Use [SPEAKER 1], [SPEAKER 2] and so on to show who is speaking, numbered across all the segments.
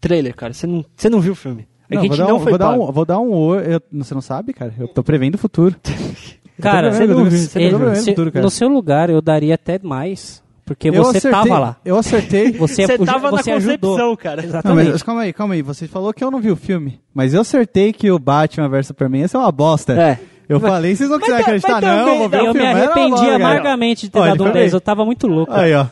[SPEAKER 1] trailer, cara. Você não, você não viu o filme. É que a
[SPEAKER 2] Não, vou
[SPEAKER 1] gente
[SPEAKER 2] dar,
[SPEAKER 1] não
[SPEAKER 2] um,
[SPEAKER 1] foi
[SPEAKER 2] vou, dar
[SPEAKER 1] pago.
[SPEAKER 2] um, vou dar um oi- eu- Você não sabe, cara? Eu tô prevendo o futuro.
[SPEAKER 3] Cara,
[SPEAKER 2] Você
[SPEAKER 3] você
[SPEAKER 2] não
[SPEAKER 3] não,
[SPEAKER 2] viu, você tá não viu mesmo
[SPEAKER 3] se-
[SPEAKER 2] tudo, cara.
[SPEAKER 3] no seu lugar eu daria até mais, porque
[SPEAKER 2] Eu
[SPEAKER 3] você
[SPEAKER 2] acertei-
[SPEAKER 3] tava lá.
[SPEAKER 2] Eu acertei.
[SPEAKER 3] Você, é
[SPEAKER 1] Você tava
[SPEAKER 3] você
[SPEAKER 1] na
[SPEAKER 3] ajudou.
[SPEAKER 1] concepção, cara.
[SPEAKER 2] Não,
[SPEAKER 3] Exatamente.
[SPEAKER 2] mas calma aí, calma aí. Você falou que eu não vi o filme. Mas eu acertei que o Batman vs Superman ia ser uma bosta.
[SPEAKER 1] É.
[SPEAKER 2] Eu falei, vocês não quiserem
[SPEAKER 1] tá- mas
[SPEAKER 2] acreditar,
[SPEAKER 1] também,
[SPEAKER 2] não, eu vou ver
[SPEAKER 3] eu
[SPEAKER 2] o
[SPEAKER 3] me
[SPEAKER 2] filme. era uma
[SPEAKER 3] arrependi
[SPEAKER 2] bosta, cara.
[SPEAKER 3] amargamente de ter
[SPEAKER 2] Olha,
[SPEAKER 3] dado
[SPEAKER 2] foi
[SPEAKER 3] um 10.
[SPEAKER 2] bem.
[SPEAKER 3] Eu tava muito louco.
[SPEAKER 2] Aí, ó.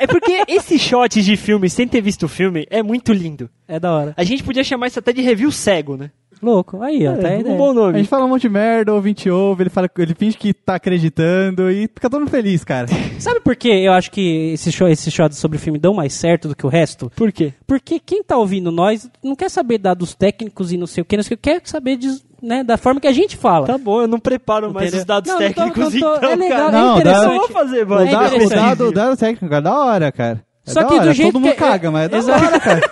[SPEAKER 1] É porque esse shot de filme, sem ter visto o filme, é muito lindo.
[SPEAKER 3] É da hora.
[SPEAKER 1] A gente podia chamar isso até de review cego, né?
[SPEAKER 3] Louco. Aí, ó. tá aí,
[SPEAKER 1] É, um
[SPEAKER 3] né?
[SPEAKER 1] bom
[SPEAKER 2] A
[SPEAKER 1] nome.
[SPEAKER 2] gente fala um monte de merda, o ouvinte ouve, ele, fala, ele finge que tá acreditando e fica todo mundo feliz, cara.
[SPEAKER 3] Sabe por que eu acho que esses show, esse shots sobre filme dão mais certo do que o resto?
[SPEAKER 1] Por quê?
[SPEAKER 3] Porque quem tá ouvindo nós não quer saber dados técnicos e não sei o que, não sei o que, quer saber de- né, da forma que a gente fala.
[SPEAKER 1] Tá bom, eu não preparo mais
[SPEAKER 3] Entendeu?
[SPEAKER 1] os dados
[SPEAKER 3] Não, não tô-
[SPEAKER 1] técnicos,
[SPEAKER 3] não tô-
[SPEAKER 1] então,
[SPEAKER 3] é legal,
[SPEAKER 1] cara.
[SPEAKER 2] é Não, dá-
[SPEAKER 1] eu
[SPEAKER 2] interessante.
[SPEAKER 1] vou fazer,
[SPEAKER 2] O
[SPEAKER 1] vai.
[SPEAKER 3] É
[SPEAKER 2] dado, o
[SPEAKER 3] interessante.
[SPEAKER 2] dado, o dado técnico é da hora, cara. É
[SPEAKER 3] Só
[SPEAKER 2] da
[SPEAKER 3] que do
[SPEAKER 2] hora.
[SPEAKER 3] jeito
[SPEAKER 2] Todo mundo
[SPEAKER 3] que-
[SPEAKER 2] caga, mas é da
[SPEAKER 3] Exato.
[SPEAKER 2] hora, cara.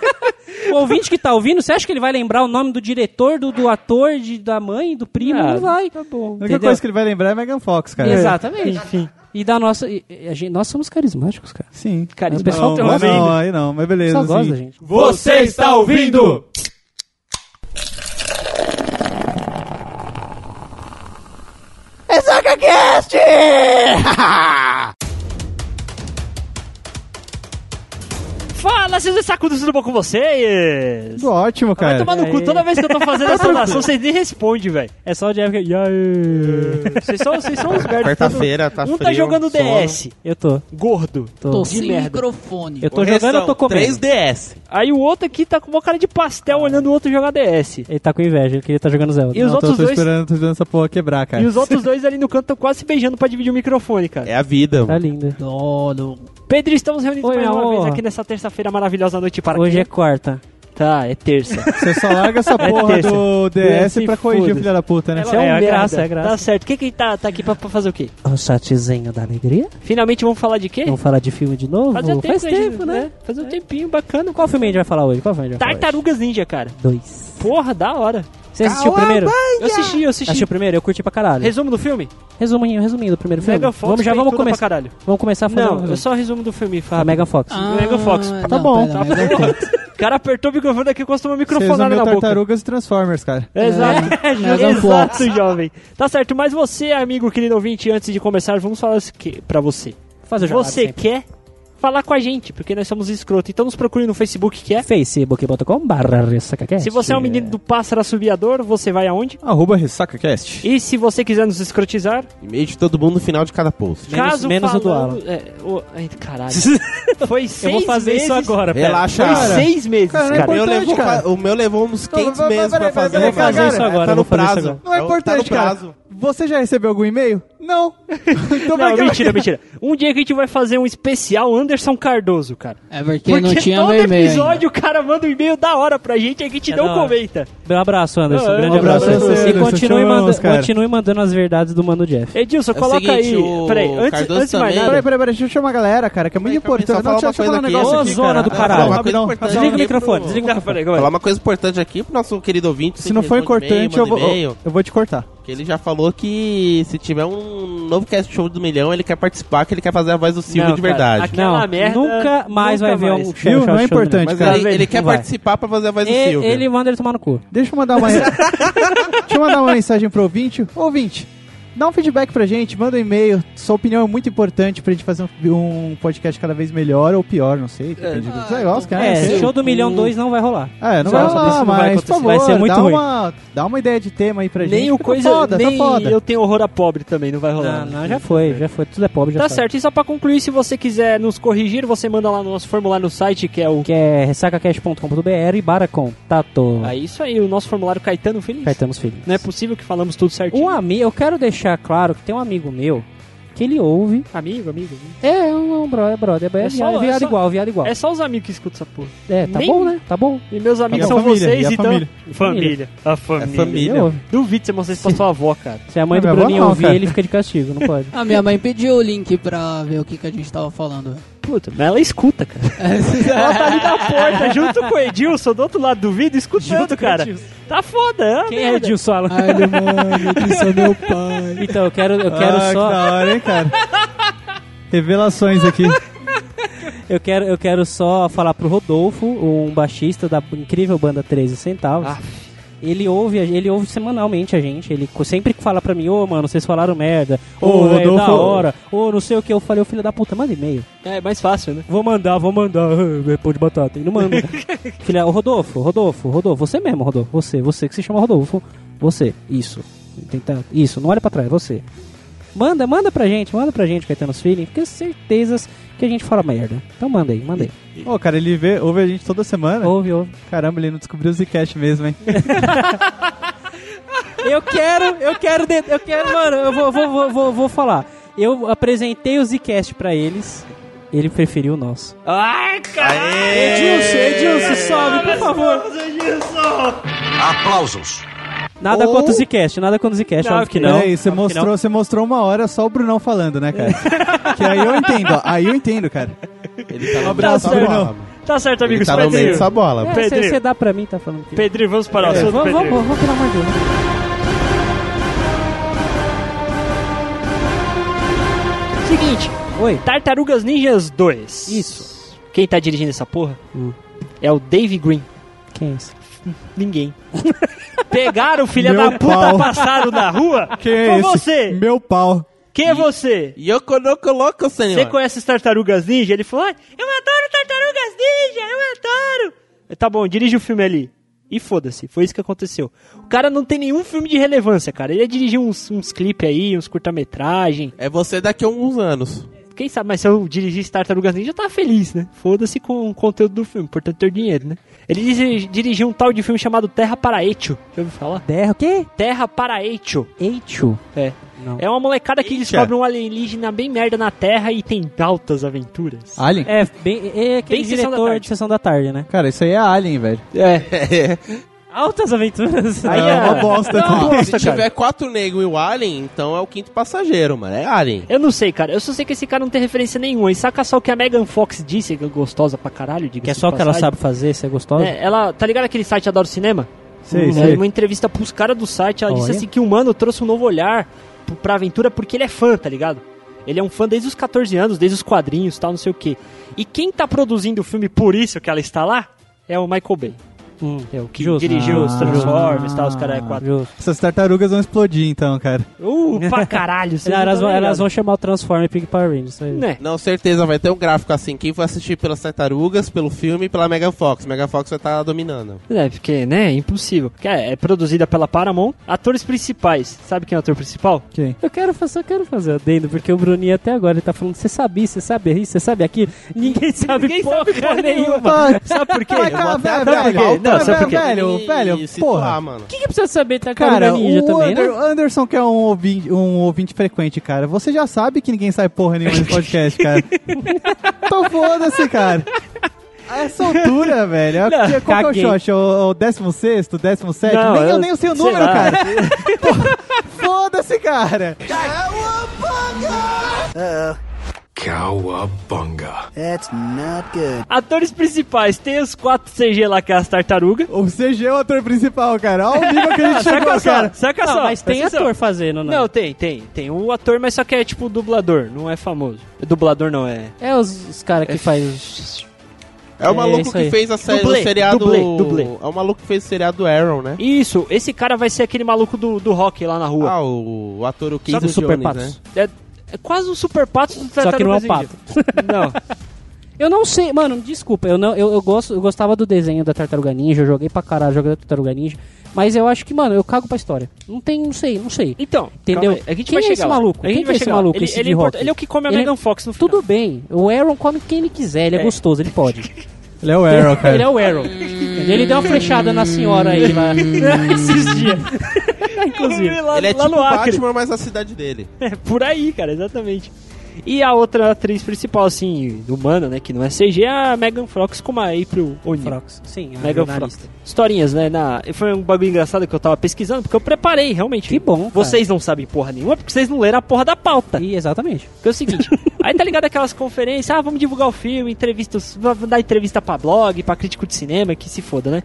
[SPEAKER 3] O ouvinte que tá ouvindo, você acha que ele vai lembrar o nome do diretor, do, do ator, de, da mãe, do primo?
[SPEAKER 1] Ah,
[SPEAKER 3] não vai.
[SPEAKER 1] Tá bom.
[SPEAKER 2] A única
[SPEAKER 3] Entendeu?
[SPEAKER 2] coisa que ele vai lembrar é Megan Fox, cara.
[SPEAKER 3] Exatamente.
[SPEAKER 1] Enfim.
[SPEAKER 3] E da nossa. e- e a gente- nós somos carismáticos, cara.
[SPEAKER 2] Sim.
[SPEAKER 1] Cara, o
[SPEAKER 3] Mas o pessoal
[SPEAKER 1] pessoal
[SPEAKER 2] Não,
[SPEAKER 1] tá
[SPEAKER 2] mas não,
[SPEAKER 1] ouvindo.
[SPEAKER 2] aí não, mas
[SPEAKER 3] O
[SPEAKER 2] beleza. assim.
[SPEAKER 3] pessoal gosta
[SPEAKER 2] sim.
[SPEAKER 3] da gente.
[SPEAKER 4] Você está ouvindo?
[SPEAKER 1] Fala, seus sacudos, tudo bom com vocês?
[SPEAKER 2] Tudo ótimo,
[SPEAKER 1] Vai
[SPEAKER 2] cara.
[SPEAKER 1] tomar no cu, toda vez que eu tô fazendo essa oração, vocês nem respondem, velho.
[SPEAKER 3] É só o Jeff que. E aí?
[SPEAKER 1] Vocês são, vocês são uns merda. todo-
[SPEAKER 5] Quarta-feira, tá
[SPEAKER 1] Um
[SPEAKER 5] frio.
[SPEAKER 1] tá jogando
[SPEAKER 5] sono.
[SPEAKER 1] DS,
[SPEAKER 3] Eu tô.
[SPEAKER 1] gordo.
[SPEAKER 3] Tô.
[SPEAKER 1] de
[SPEAKER 6] sem
[SPEAKER 1] merda.
[SPEAKER 6] microfone.
[SPEAKER 3] Eu tô jogando, eu tô comendo.
[SPEAKER 5] 3DS.
[SPEAKER 1] Aí o outro aqui tá com uma cara de pastel olhando o outro jogar DS.
[SPEAKER 3] Ele tá com inveja, ele queria estar jogando Zelda.
[SPEAKER 1] E os
[SPEAKER 2] Não, tô,
[SPEAKER 1] outros
[SPEAKER 2] tô
[SPEAKER 1] dois.
[SPEAKER 2] esperando, tô esperando essa porra quebrar, cara.
[SPEAKER 1] E os outros dois ali no canto estão quase se beijando pra dividir o microfone, cara.
[SPEAKER 5] É a vida.
[SPEAKER 3] Tá lindo.
[SPEAKER 6] Dono.
[SPEAKER 1] Pedro, estamos reunidos
[SPEAKER 3] Oi,
[SPEAKER 1] mais uma
[SPEAKER 3] amor.
[SPEAKER 1] vez aqui nessa terça-feira maravilhosa à noite para
[SPEAKER 3] Hoje
[SPEAKER 1] quê?
[SPEAKER 3] é quarta.
[SPEAKER 1] Tá, é terça.
[SPEAKER 2] Você só larga essa porra
[SPEAKER 1] É terça.
[SPEAKER 2] do DS
[SPEAKER 1] Se
[SPEAKER 2] pra corrigir o
[SPEAKER 1] foda.
[SPEAKER 2] filho da puta, né?
[SPEAKER 3] Ela- é uma graça, é graça.
[SPEAKER 1] Tá certo. O que que tá, tá aqui pra, pra fazer o quê?
[SPEAKER 3] O chatzinho da alegria?
[SPEAKER 1] Finalmente vamos falar de quê?
[SPEAKER 3] Vamos falar de filme de novo?
[SPEAKER 1] É. Fazia tempo,
[SPEAKER 3] Faz
[SPEAKER 1] que a gente-
[SPEAKER 3] tempo, né?
[SPEAKER 1] Fazia um tempinho bacana.
[SPEAKER 3] Qual filme a gente vai falar hoje? Qual filme a gente vai falar
[SPEAKER 1] Tartarugas Ninja, cara.
[SPEAKER 3] hoje? Dois.
[SPEAKER 1] Porra, da hora.
[SPEAKER 3] Você assistiu o primeiro?
[SPEAKER 1] Eu assisti, eu assisti.
[SPEAKER 3] Assistiu o primeiro? Eu curti pra caralho.
[SPEAKER 1] Resumo do filme?
[SPEAKER 3] Resuminho, resuminho do primeiro filme.
[SPEAKER 1] Megan Fox
[SPEAKER 3] vamos, já
[SPEAKER 1] fez
[SPEAKER 3] vamos
[SPEAKER 1] tudo
[SPEAKER 3] começar.
[SPEAKER 1] pra caralho.
[SPEAKER 3] Vamos começar a fazer um
[SPEAKER 1] Não, eu
[SPEAKER 3] resumo.
[SPEAKER 1] só resumo do filme,
[SPEAKER 3] A
[SPEAKER 1] Fábio.
[SPEAKER 3] Megan Fox.
[SPEAKER 1] Mega Fox.
[SPEAKER 6] Ah,
[SPEAKER 1] Tá
[SPEAKER 6] não,
[SPEAKER 3] bom,
[SPEAKER 6] pera,
[SPEAKER 1] Tá
[SPEAKER 6] Mega
[SPEAKER 1] bom.
[SPEAKER 6] Fox.
[SPEAKER 1] O cara apertou o microfone aqui e encostou uma
[SPEAKER 2] Você
[SPEAKER 1] microfonada
[SPEAKER 2] resumiu
[SPEAKER 1] na boca.
[SPEAKER 2] Tartarugas e Transformers, cara.
[SPEAKER 3] É,
[SPEAKER 1] Exato,
[SPEAKER 3] um
[SPEAKER 6] Mega
[SPEAKER 1] É, exato, jovem. Tá certo, mas você, amigo, querido ouvinte, antes de começar, vamos falar isso aqui pra você.
[SPEAKER 3] Fazer o jabá
[SPEAKER 1] Você
[SPEAKER 3] sempre.
[SPEAKER 1] quer falar com a gente, porque nós somos escroto. Então nos procure no Facebook, que é.
[SPEAKER 3] facebook.com barra ressacacast.
[SPEAKER 1] Se você é um menino do pássaro assobiador, você vai aonde?
[SPEAKER 5] Arroba RessacaCast.
[SPEAKER 1] E se você quiser nos escrotizar,
[SPEAKER 5] E-mail de todo mundo no final de cada post.
[SPEAKER 3] Menos-
[SPEAKER 1] caso
[SPEAKER 3] menos o do
[SPEAKER 1] falando... É, o- ai, caralho. Foi seis
[SPEAKER 3] Eu vou fazer
[SPEAKER 1] meses.
[SPEAKER 3] isso agora, pera.
[SPEAKER 5] Relaxa.
[SPEAKER 1] Foi seis meses,
[SPEAKER 2] Cara, não é
[SPEAKER 1] cara.
[SPEAKER 5] O meu
[SPEAKER 2] Importante,
[SPEAKER 5] levou,
[SPEAKER 2] cara.
[SPEAKER 5] qua- O meu levou uns 500
[SPEAKER 2] vai- vai-
[SPEAKER 5] meses
[SPEAKER 2] peraí,
[SPEAKER 5] pra
[SPEAKER 2] peraí,
[SPEAKER 5] fazer.
[SPEAKER 2] peraí,
[SPEAKER 3] Eu vou fazer
[SPEAKER 2] cara,
[SPEAKER 3] isso
[SPEAKER 2] é,
[SPEAKER 3] agora,
[SPEAKER 5] Tá
[SPEAKER 3] eu
[SPEAKER 5] no
[SPEAKER 3] vou fazer isso
[SPEAKER 5] prazo.
[SPEAKER 3] agora.
[SPEAKER 2] Não é
[SPEAKER 5] Tá no
[SPEAKER 2] importante, cara.
[SPEAKER 5] prazo.
[SPEAKER 2] Você já recebeu algum e-mail? Não. Então vai
[SPEAKER 1] Não,
[SPEAKER 2] que-
[SPEAKER 1] mentira, mentira. Um dia que a gente vai fazer um especial Anderson Cardoso, cara.
[SPEAKER 6] É porque, não tinha
[SPEAKER 1] todo
[SPEAKER 6] meu e-mail.
[SPEAKER 1] episódio o cara manda um e-mail da hora pra gente e a gente
[SPEAKER 3] É
[SPEAKER 1] não
[SPEAKER 3] da hora.
[SPEAKER 1] comenta.
[SPEAKER 3] Um abraço, Anderson.
[SPEAKER 1] Ah,
[SPEAKER 3] grande
[SPEAKER 1] um
[SPEAKER 3] abraço.
[SPEAKER 1] abraço,
[SPEAKER 3] E
[SPEAKER 2] Anderson.
[SPEAKER 3] continue,
[SPEAKER 2] Te amamos,
[SPEAKER 3] manda-
[SPEAKER 2] cara.
[SPEAKER 3] continue mandando as verdades do Mano Jeff.
[SPEAKER 1] Edilson,
[SPEAKER 5] o
[SPEAKER 1] coloca
[SPEAKER 5] seguinte,
[SPEAKER 1] aí.
[SPEAKER 5] o
[SPEAKER 1] Peraí, antes,
[SPEAKER 5] Cardoso
[SPEAKER 1] antes de mais
[SPEAKER 5] também,
[SPEAKER 1] nada.
[SPEAKER 2] Peraí, peraí, peraí, deixa eu chamar a galera, cara, que é muito
[SPEAKER 5] Peraí, calma aí,
[SPEAKER 2] importante.
[SPEAKER 5] só
[SPEAKER 2] Não,
[SPEAKER 5] falar
[SPEAKER 2] Deixa
[SPEAKER 5] uma
[SPEAKER 2] eu falar um
[SPEAKER 5] coisa aqui,
[SPEAKER 2] negócio
[SPEAKER 3] Ô,
[SPEAKER 2] aqui,
[SPEAKER 3] zona
[SPEAKER 2] cara.
[SPEAKER 3] do
[SPEAKER 2] Ah,
[SPEAKER 3] caralho.
[SPEAKER 2] não,
[SPEAKER 5] Uma coisa
[SPEAKER 2] rapidão,
[SPEAKER 5] importante.
[SPEAKER 2] rapidão.
[SPEAKER 3] Desliga o microfone, desliga o
[SPEAKER 1] Tá,
[SPEAKER 3] microfone.
[SPEAKER 1] peraí, calma aí.
[SPEAKER 5] Falar uma coisa importante aqui pro nosso querido ouvinte.
[SPEAKER 2] Se não for
[SPEAKER 5] responde
[SPEAKER 2] importante,
[SPEAKER 5] e-mail,
[SPEAKER 2] eu vou,
[SPEAKER 5] manda e-mail,
[SPEAKER 2] eu, eu vou te cortar.
[SPEAKER 5] Que ele já falou que se tiver um novo cast show do milhão, ele quer participar, que ele quer fazer a voz do Silvio
[SPEAKER 1] Não,
[SPEAKER 5] de
[SPEAKER 1] cara,
[SPEAKER 5] verdade.
[SPEAKER 1] aqui- Aquela
[SPEAKER 3] Não,
[SPEAKER 1] merda,
[SPEAKER 3] nunca mais
[SPEAKER 1] nunca
[SPEAKER 3] vai ver
[SPEAKER 1] mais.
[SPEAKER 3] um
[SPEAKER 2] Viu? Não é importante,
[SPEAKER 5] Mas
[SPEAKER 2] cara.
[SPEAKER 5] ele, ele quer
[SPEAKER 3] Não vai.
[SPEAKER 5] participar pra fazer a voz do
[SPEAKER 3] E-
[SPEAKER 5] Silvio.
[SPEAKER 3] Ele e o Wander tomar no cu.
[SPEAKER 2] Deixa eu mandar uma. Deixa eu mandar uma mensagem pro ouvinte. Ouvinte, dá um feedback pra gente, manda um e-mail. Sua opinião é muito importante pra gente fazer um, um podcast cada vez melhor ou pior, não sei. Depende do negócio, cara. não
[SPEAKER 3] É,
[SPEAKER 2] sei.
[SPEAKER 3] show do Milhão
[SPEAKER 1] Hum.
[SPEAKER 3] 2 não vai rolar.
[SPEAKER 2] É, não
[SPEAKER 3] Só-
[SPEAKER 2] vai
[SPEAKER 3] só isso
[SPEAKER 2] rolar,
[SPEAKER 3] não vai
[SPEAKER 2] mas,
[SPEAKER 3] acontecer.
[SPEAKER 2] por favor,
[SPEAKER 3] Vai ser muito
[SPEAKER 2] dá,
[SPEAKER 3] ruim.
[SPEAKER 2] uma, dá uma ideia de tema aí pra gente.
[SPEAKER 1] Nem o
[SPEAKER 2] Tá
[SPEAKER 1] coisa.
[SPEAKER 2] foda,
[SPEAKER 1] nem
[SPEAKER 2] tá foda.
[SPEAKER 1] eu tenho horror a pobre também, não vai rolar.
[SPEAKER 3] Não, não, já foi, já foi. Tudo é pobre, já
[SPEAKER 1] Tá
[SPEAKER 3] foi.
[SPEAKER 1] certo, e só pra concluir, se você quiser nos corrigir, você manda lá no nosso formulário no site, que é o.
[SPEAKER 3] Que é ressacacast.com.br e barra contato.
[SPEAKER 1] É isso aí, o nosso formulário Caetano Feliz.
[SPEAKER 3] Caetano Filho.
[SPEAKER 1] Não é possível que falamos tudo certinho.
[SPEAKER 3] Um amigo, eu quero deixar claro que tem um amigo meu que ele ouve.
[SPEAKER 1] Amigo, amigo. amigo.
[SPEAKER 3] É, é um, é um brother, brother, é,
[SPEAKER 1] É só-
[SPEAKER 3] viado,
[SPEAKER 1] é
[SPEAKER 3] viado
[SPEAKER 1] só-
[SPEAKER 3] igual, viado igual.
[SPEAKER 1] É só os amigos que escutam essa porra.
[SPEAKER 3] É, tá
[SPEAKER 1] nem-
[SPEAKER 3] bom, né? Tá bom.
[SPEAKER 1] E meus amigos
[SPEAKER 2] a
[SPEAKER 1] são
[SPEAKER 2] família, e
[SPEAKER 1] vocês,
[SPEAKER 2] a
[SPEAKER 1] então.
[SPEAKER 2] família.
[SPEAKER 1] Família. A família.
[SPEAKER 5] É família.
[SPEAKER 3] Ele ouve.
[SPEAKER 1] Duvido você mostrar isso pra sua avó, cara.
[SPEAKER 3] Se a mãe
[SPEAKER 2] Não,
[SPEAKER 3] do
[SPEAKER 2] É minha avó
[SPEAKER 3] Bruninho
[SPEAKER 2] não,
[SPEAKER 3] ouvir,
[SPEAKER 2] cara.
[SPEAKER 3] ele fica de castigo, não pode.
[SPEAKER 6] A minha mãe pediu o link pra ver o que, que a gente tava falando.
[SPEAKER 1] Puta, mas ela escuta, cara. Ela tá ali na porta, junto com o Edilson, do outro lado do vidro, escutando, cara. Tá foda, é uma
[SPEAKER 3] Quem é o
[SPEAKER 1] merda.
[SPEAKER 3] Edilson Alan?
[SPEAKER 6] Ai, mano, que isso é meu pai.
[SPEAKER 3] Então, eu quero, eu quero
[SPEAKER 2] ah, que
[SPEAKER 3] só.
[SPEAKER 2] da hora, hein, cara. Revelações aqui.
[SPEAKER 3] Eu quero, eu quero só falar pro Rodolfo, um baixista da incrível banda 13 Centavos.
[SPEAKER 1] Ah.
[SPEAKER 3] Ele ouve, a- ele ouve semanalmente a gente. Ele co- sempre fala pra mim, ô mano, vocês falaram merda. Ô,
[SPEAKER 2] Ô,
[SPEAKER 3] é da
[SPEAKER 2] Rodolfo.
[SPEAKER 3] hora. Ô, não sei o que. Eu falei, ô filho da puta, manda e-mail.
[SPEAKER 1] É, é mais fácil, né?
[SPEAKER 3] Vou mandar, vou mandar. Ah, É pão de batata. E não manda. Filha, o Rodolfo, Rodolfo, Rodolfo, você mesmo, Rodolfo. Você, você que se chama Rodolfo. Você, isso. Tenta, isso, não olha pra trás, é você. Manda, manda pra gente, manda pra gente, Caetano's Feeling, porque certezas que a gente fala merda. Então manda aí, manda aí.
[SPEAKER 2] Ô, cara, ele vê, ouve a gente toda semana.
[SPEAKER 3] Ouve, ouve.
[SPEAKER 2] Caramba, ele não descobriu o Zcast mesmo, hein?
[SPEAKER 3] Eu quero, eu quero, de- eu quero, mano, eu vou, vou, vou, vou, vou falar. Eu apresentei o Zcast pra eles, ele preferiu o nosso.
[SPEAKER 1] Ai, caralho!
[SPEAKER 3] Edilson, Edilson, sobe, por favor.
[SPEAKER 7] Aplausos.
[SPEAKER 3] Nada contra o Zcast, nada contra o Zcast,
[SPEAKER 1] Não,
[SPEAKER 3] óbvio que
[SPEAKER 1] filho,
[SPEAKER 3] não. É
[SPEAKER 2] Peraí, É, você
[SPEAKER 3] óbvio que não.
[SPEAKER 2] mostrou, você mostrou uma hora só o Brunão falando, né, cara? que aí eu entendo, ó. Aí eu entendo, cara.
[SPEAKER 5] Ele tá no
[SPEAKER 1] abraço,
[SPEAKER 5] meio
[SPEAKER 1] Bruno.
[SPEAKER 5] dessa bola.
[SPEAKER 1] Tá certo,
[SPEAKER 5] Ele
[SPEAKER 1] amigos.
[SPEAKER 5] tá no meio
[SPEAKER 1] Pedrinho.
[SPEAKER 5] dessa bola.
[SPEAKER 3] É,
[SPEAKER 1] Pedrinho.
[SPEAKER 3] você- Você dá pra mim, tá falando que...
[SPEAKER 1] Pedrinho, vamos para o
[SPEAKER 3] É,
[SPEAKER 1] assunto,
[SPEAKER 3] vamos,
[SPEAKER 1] Pedrinho.
[SPEAKER 3] vamos, vamos, pelo amor de Deus.
[SPEAKER 1] Seguinte,
[SPEAKER 3] Oi.
[SPEAKER 1] Tartarugas Ninjas 2.
[SPEAKER 3] Isso.
[SPEAKER 1] Quem tá dirigindo essa porra?
[SPEAKER 3] Hum.
[SPEAKER 1] É o Dave Green.
[SPEAKER 3] Quem é esse?
[SPEAKER 1] Ninguém. Pegaram o filho
[SPEAKER 2] Meu
[SPEAKER 1] da puta,
[SPEAKER 2] pau.
[SPEAKER 1] passaram na rua.
[SPEAKER 2] Quem é
[SPEAKER 1] Foi
[SPEAKER 2] esse?
[SPEAKER 1] você.
[SPEAKER 2] Meu pau.
[SPEAKER 1] Quem é você?
[SPEAKER 5] Yoko no Coloco, senhor.
[SPEAKER 1] Você conhece as tartarugas ninja? Ele falou: "Ai, Eu adoro tartarugas ninja, eu adoro. Eu, Tá bom, dirige o filme ali. E foda-se, foi isso que aconteceu. O cara não tem nenhum filme de relevância, cara. Ele ia dirigir uns, uns clipes aí, uns curta-metragem.
[SPEAKER 5] É você daqui a alguns anos.
[SPEAKER 1] Quem sabe, mas se eu dirigisse Tartarugas Ninja, eu tava feliz, né? Foda-se com o conteúdo do filme, portanto ter dinheiro, né? Ele diri- dirigiu um tal de filme chamado Terra para Etio. Já ouviu falar?
[SPEAKER 3] Derra o quê?
[SPEAKER 1] Terra para Etio.
[SPEAKER 3] Eichu.
[SPEAKER 1] É.
[SPEAKER 3] Não.
[SPEAKER 1] É uma molecada que descobre um alienígena bem merda na Terra e tem altas aventuras.
[SPEAKER 2] Alien?
[SPEAKER 3] É, bem, é aquele
[SPEAKER 1] Bem Sessão da
[SPEAKER 3] diretor
[SPEAKER 1] Tarde.
[SPEAKER 3] de Sessão da Tarde, né?
[SPEAKER 2] Cara, isso aí é Alien, velho.
[SPEAKER 1] É.
[SPEAKER 3] Altas aventuras.
[SPEAKER 2] Aí é uma bosta.
[SPEAKER 5] Não,
[SPEAKER 2] também.
[SPEAKER 5] se tiver quatro negros e o Alien, então é o quinto passageiro, mano. É Alien.
[SPEAKER 1] Eu não sei, cara. Eu só sei que esse cara não tem referência nenhuma. E saca só o que a Megan Fox disse, que é gostosa pra caralho, diga
[SPEAKER 3] Que é só o que ela sabe fazer, você é gostosa?
[SPEAKER 1] É, ela, tá ligado aquele site Adoro Cinema?
[SPEAKER 2] Sei,
[SPEAKER 1] É,
[SPEAKER 2] sei.
[SPEAKER 1] Uma entrevista pros caras do site, ela disse
[SPEAKER 3] Olha.
[SPEAKER 1] assim que o Mano trouxe um novo olhar pro- pra aventura porque ele é fã, tá ligado? Ele é um fã desde os 14 anos, desde os quadrinhos, tal, não sei o quê. E quem tá produzindo o filme por isso que ela está lá é o Michael Bay.
[SPEAKER 3] Hum,
[SPEAKER 1] É o que
[SPEAKER 3] justo.
[SPEAKER 1] dirigiu os
[SPEAKER 3] Ah,
[SPEAKER 1] Transformers, tal, os caras é quatro.
[SPEAKER 3] justo.
[SPEAKER 2] Essas tartarugas vão explodir, então, cara.
[SPEAKER 1] Uh, pra caralho. vocês
[SPEAKER 3] Não, elas,
[SPEAKER 1] não
[SPEAKER 3] vão,
[SPEAKER 1] tão
[SPEAKER 3] elas
[SPEAKER 1] ligados.
[SPEAKER 3] vão chamar o Transformer Pink Power Rangers. isso aí.
[SPEAKER 1] Né?
[SPEAKER 5] Não, certeza, vai ter um gráfico assim. Quem vai assistir pelas tartarugas, pelo filme e pela Megan Fox. Megan Fox vai estar dominando.
[SPEAKER 1] É, porque, né, é impossível. Porque É, é produzida pela Paramount. Atores principais. Sabe quem é o ator principal?
[SPEAKER 2] Quem?
[SPEAKER 3] Eu quero, fa- só quero fazer o adendo, porque o Bruninho até agora ele tá falando, você sabia, você sabe isso, você sabe aquilo. Ninguém sabe porra nenhuma.
[SPEAKER 1] Sabe por quê?
[SPEAKER 2] Mas,
[SPEAKER 1] Eu vou
[SPEAKER 2] cara,
[SPEAKER 1] até
[SPEAKER 2] velho,
[SPEAKER 1] dar uma
[SPEAKER 2] velho,
[SPEAKER 1] pauta,
[SPEAKER 2] não,
[SPEAKER 1] Ah, sabe por
[SPEAKER 2] velho,
[SPEAKER 1] quê?
[SPEAKER 2] velho,
[SPEAKER 5] E-
[SPEAKER 2] velho,
[SPEAKER 5] e situar,
[SPEAKER 2] porra.
[SPEAKER 5] mano.
[SPEAKER 3] Quem que precisa saber Tartaruga
[SPEAKER 2] Cara,
[SPEAKER 3] Ninja
[SPEAKER 2] o
[SPEAKER 3] também,
[SPEAKER 2] Ander-
[SPEAKER 3] né?
[SPEAKER 2] Anderson, que é um ouvinte, um ouvinte frequente, cara, você já sabe que ninguém sai porra nenhuma no podcast, cara. Tô foda-se, cara. A Essa altura, velho. é-
[SPEAKER 1] Não,
[SPEAKER 2] qual que
[SPEAKER 3] caguei.
[SPEAKER 2] é o Xoxa? O, o 16, 17?
[SPEAKER 1] Não,
[SPEAKER 2] nem, eu,
[SPEAKER 1] eu-
[SPEAKER 2] nem sei o
[SPEAKER 1] sei
[SPEAKER 2] número,
[SPEAKER 1] lá.
[SPEAKER 2] cara. Pô, Foda-se, cara.
[SPEAKER 4] Cowabunga.
[SPEAKER 1] Atores principais. Tem os 4 CG lá, que é as tartarugas.
[SPEAKER 2] O CG é o ator principal, cara. Olha o nível que a gente
[SPEAKER 1] Saca
[SPEAKER 2] chegou,
[SPEAKER 1] só,
[SPEAKER 2] cara.
[SPEAKER 1] saca
[SPEAKER 3] Não,
[SPEAKER 1] só.
[SPEAKER 3] mas tem
[SPEAKER 1] presta
[SPEAKER 3] ator
[SPEAKER 1] atenção.
[SPEAKER 3] fazendo, né? não.
[SPEAKER 1] Não, tem, tem. Tem um ator, mas só que é tipo dublador. Não é famoso. Dublador não é.
[SPEAKER 3] É os, os caras que faz...
[SPEAKER 5] É o
[SPEAKER 3] É
[SPEAKER 5] maluco
[SPEAKER 3] isso
[SPEAKER 5] que
[SPEAKER 3] aí.
[SPEAKER 5] fez a série
[SPEAKER 1] Dublê,
[SPEAKER 5] do seriado.
[SPEAKER 1] dublê, dublê.
[SPEAKER 5] É o maluco que fez o seriado do Aaron, né?
[SPEAKER 1] Isso, esse cara vai ser aquele maluco do, do rock lá na rua.
[SPEAKER 5] Ah, o, o ator o
[SPEAKER 3] Só que
[SPEAKER 5] Casey
[SPEAKER 3] o Super
[SPEAKER 5] Jones,
[SPEAKER 3] Patos.
[SPEAKER 5] né?
[SPEAKER 1] É, é quase um super pato do
[SPEAKER 3] Só que não é um
[SPEAKER 1] Tartarugas
[SPEAKER 3] pato.
[SPEAKER 1] Ninja. Não.
[SPEAKER 3] Eu não sei, mano, desculpa, eu não eu, eu gosto, eu gostava do desenho da Tartaruga Ninja, eu joguei pra caralho, joguei da Tartaruga Ninja, mas eu acho que, mano, eu cago pra história. Não tem, não sei, não sei.
[SPEAKER 1] Então,
[SPEAKER 3] Entendeu?
[SPEAKER 1] calma aí, A gente
[SPEAKER 3] Quem
[SPEAKER 1] vai
[SPEAKER 3] é
[SPEAKER 1] chegar
[SPEAKER 3] esse
[SPEAKER 1] lá.
[SPEAKER 3] maluco?
[SPEAKER 1] A gente
[SPEAKER 3] Quem que
[SPEAKER 1] vai
[SPEAKER 3] é esse
[SPEAKER 1] chegar lá.
[SPEAKER 3] maluco,
[SPEAKER 1] Ele,
[SPEAKER 3] esse
[SPEAKER 1] ele,
[SPEAKER 3] de
[SPEAKER 1] é import-
[SPEAKER 3] rock?
[SPEAKER 1] ele é o que come a
[SPEAKER 3] Ele é-
[SPEAKER 1] Megan Fox no final.
[SPEAKER 3] Tudo bem, o Aaron come quem ele quiser, ele é,
[SPEAKER 1] É.
[SPEAKER 3] gostoso, ele pode.
[SPEAKER 2] Ele é o Arrow, cara.
[SPEAKER 3] ele é o Aaron. ele deu uma flechada na senhora aí lá esses dias. Inclusive.
[SPEAKER 1] lá,
[SPEAKER 5] Ele é
[SPEAKER 1] lá
[SPEAKER 5] tipo
[SPEAKER 1] no Acre.
[SPEAKER 5] Batman, mas na cidade dele.
[SPEAKER 1] É por aí, cara, exatamente. E a outra atriz principal, assim, humana, né, que não é CG, é a Megan Fox como a April O'Neil.
[SPEAKER 3] Frox, sim, a
[SPEAKER 1] Megan
[SPEAKER 3] jornalista.
[SPEAKER 1] Fox. Historinhas, né? Na... Foi um bagulho engraçado que eu tava pesquisando, porque eu preparei, realmente.
[SPEAKER 3] Que bom, cara.
[SPEAKER 1] Vocês não sabem porra nenhuma, porque vocês não leram a porra da pauta.
[SPEAKER 3] E, exatamente.
[SPEAKER 1] Porque é o seguinte, aí tá ligado aquelas conferências, ah, vamos divulgar o filme, entrevistas, vamos dar entrevista pra blog, pra crítico de cinema, que se foda, né?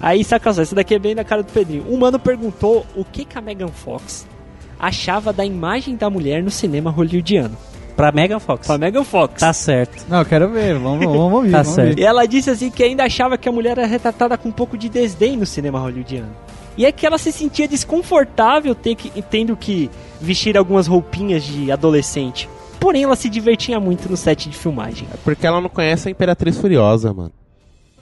[SPEAKER 1] Aí, saca só, isso daqui é bem na cara do Pedrinho. Um mano perguntou o que, que a Megan Fox achava da imagem da mulher no cinema hollywoodiano.
[SPEAKER 3] Pra Megan Fox.
[SPEAKER 1] Pra Megan Fox.
[SPEAKER 3] Tá certo.
[SPEAKER 2] Não, eu quero ver. Vamos, vamos ouvir.
[SPEAKER 3] Tá
[SPEAKER 2] vamos
[SPEAKER 3] certo.
[SPEAKER 1] E
[SPEAKER 2] Ver.
[SPEAKER 1] ela disse assim que ainda achava que a mulher era retratada com um pouco de desdém no cinema hollywoodiano. E é que ela se sentia desconfortável ter que- tendo que vestir algumas roupinhas de adolescente. Porém, ela se divertia muito no set de filmagem.
[SPEAKER 5] É Porque ela não conhece a Imperatriz Furiosa, mano.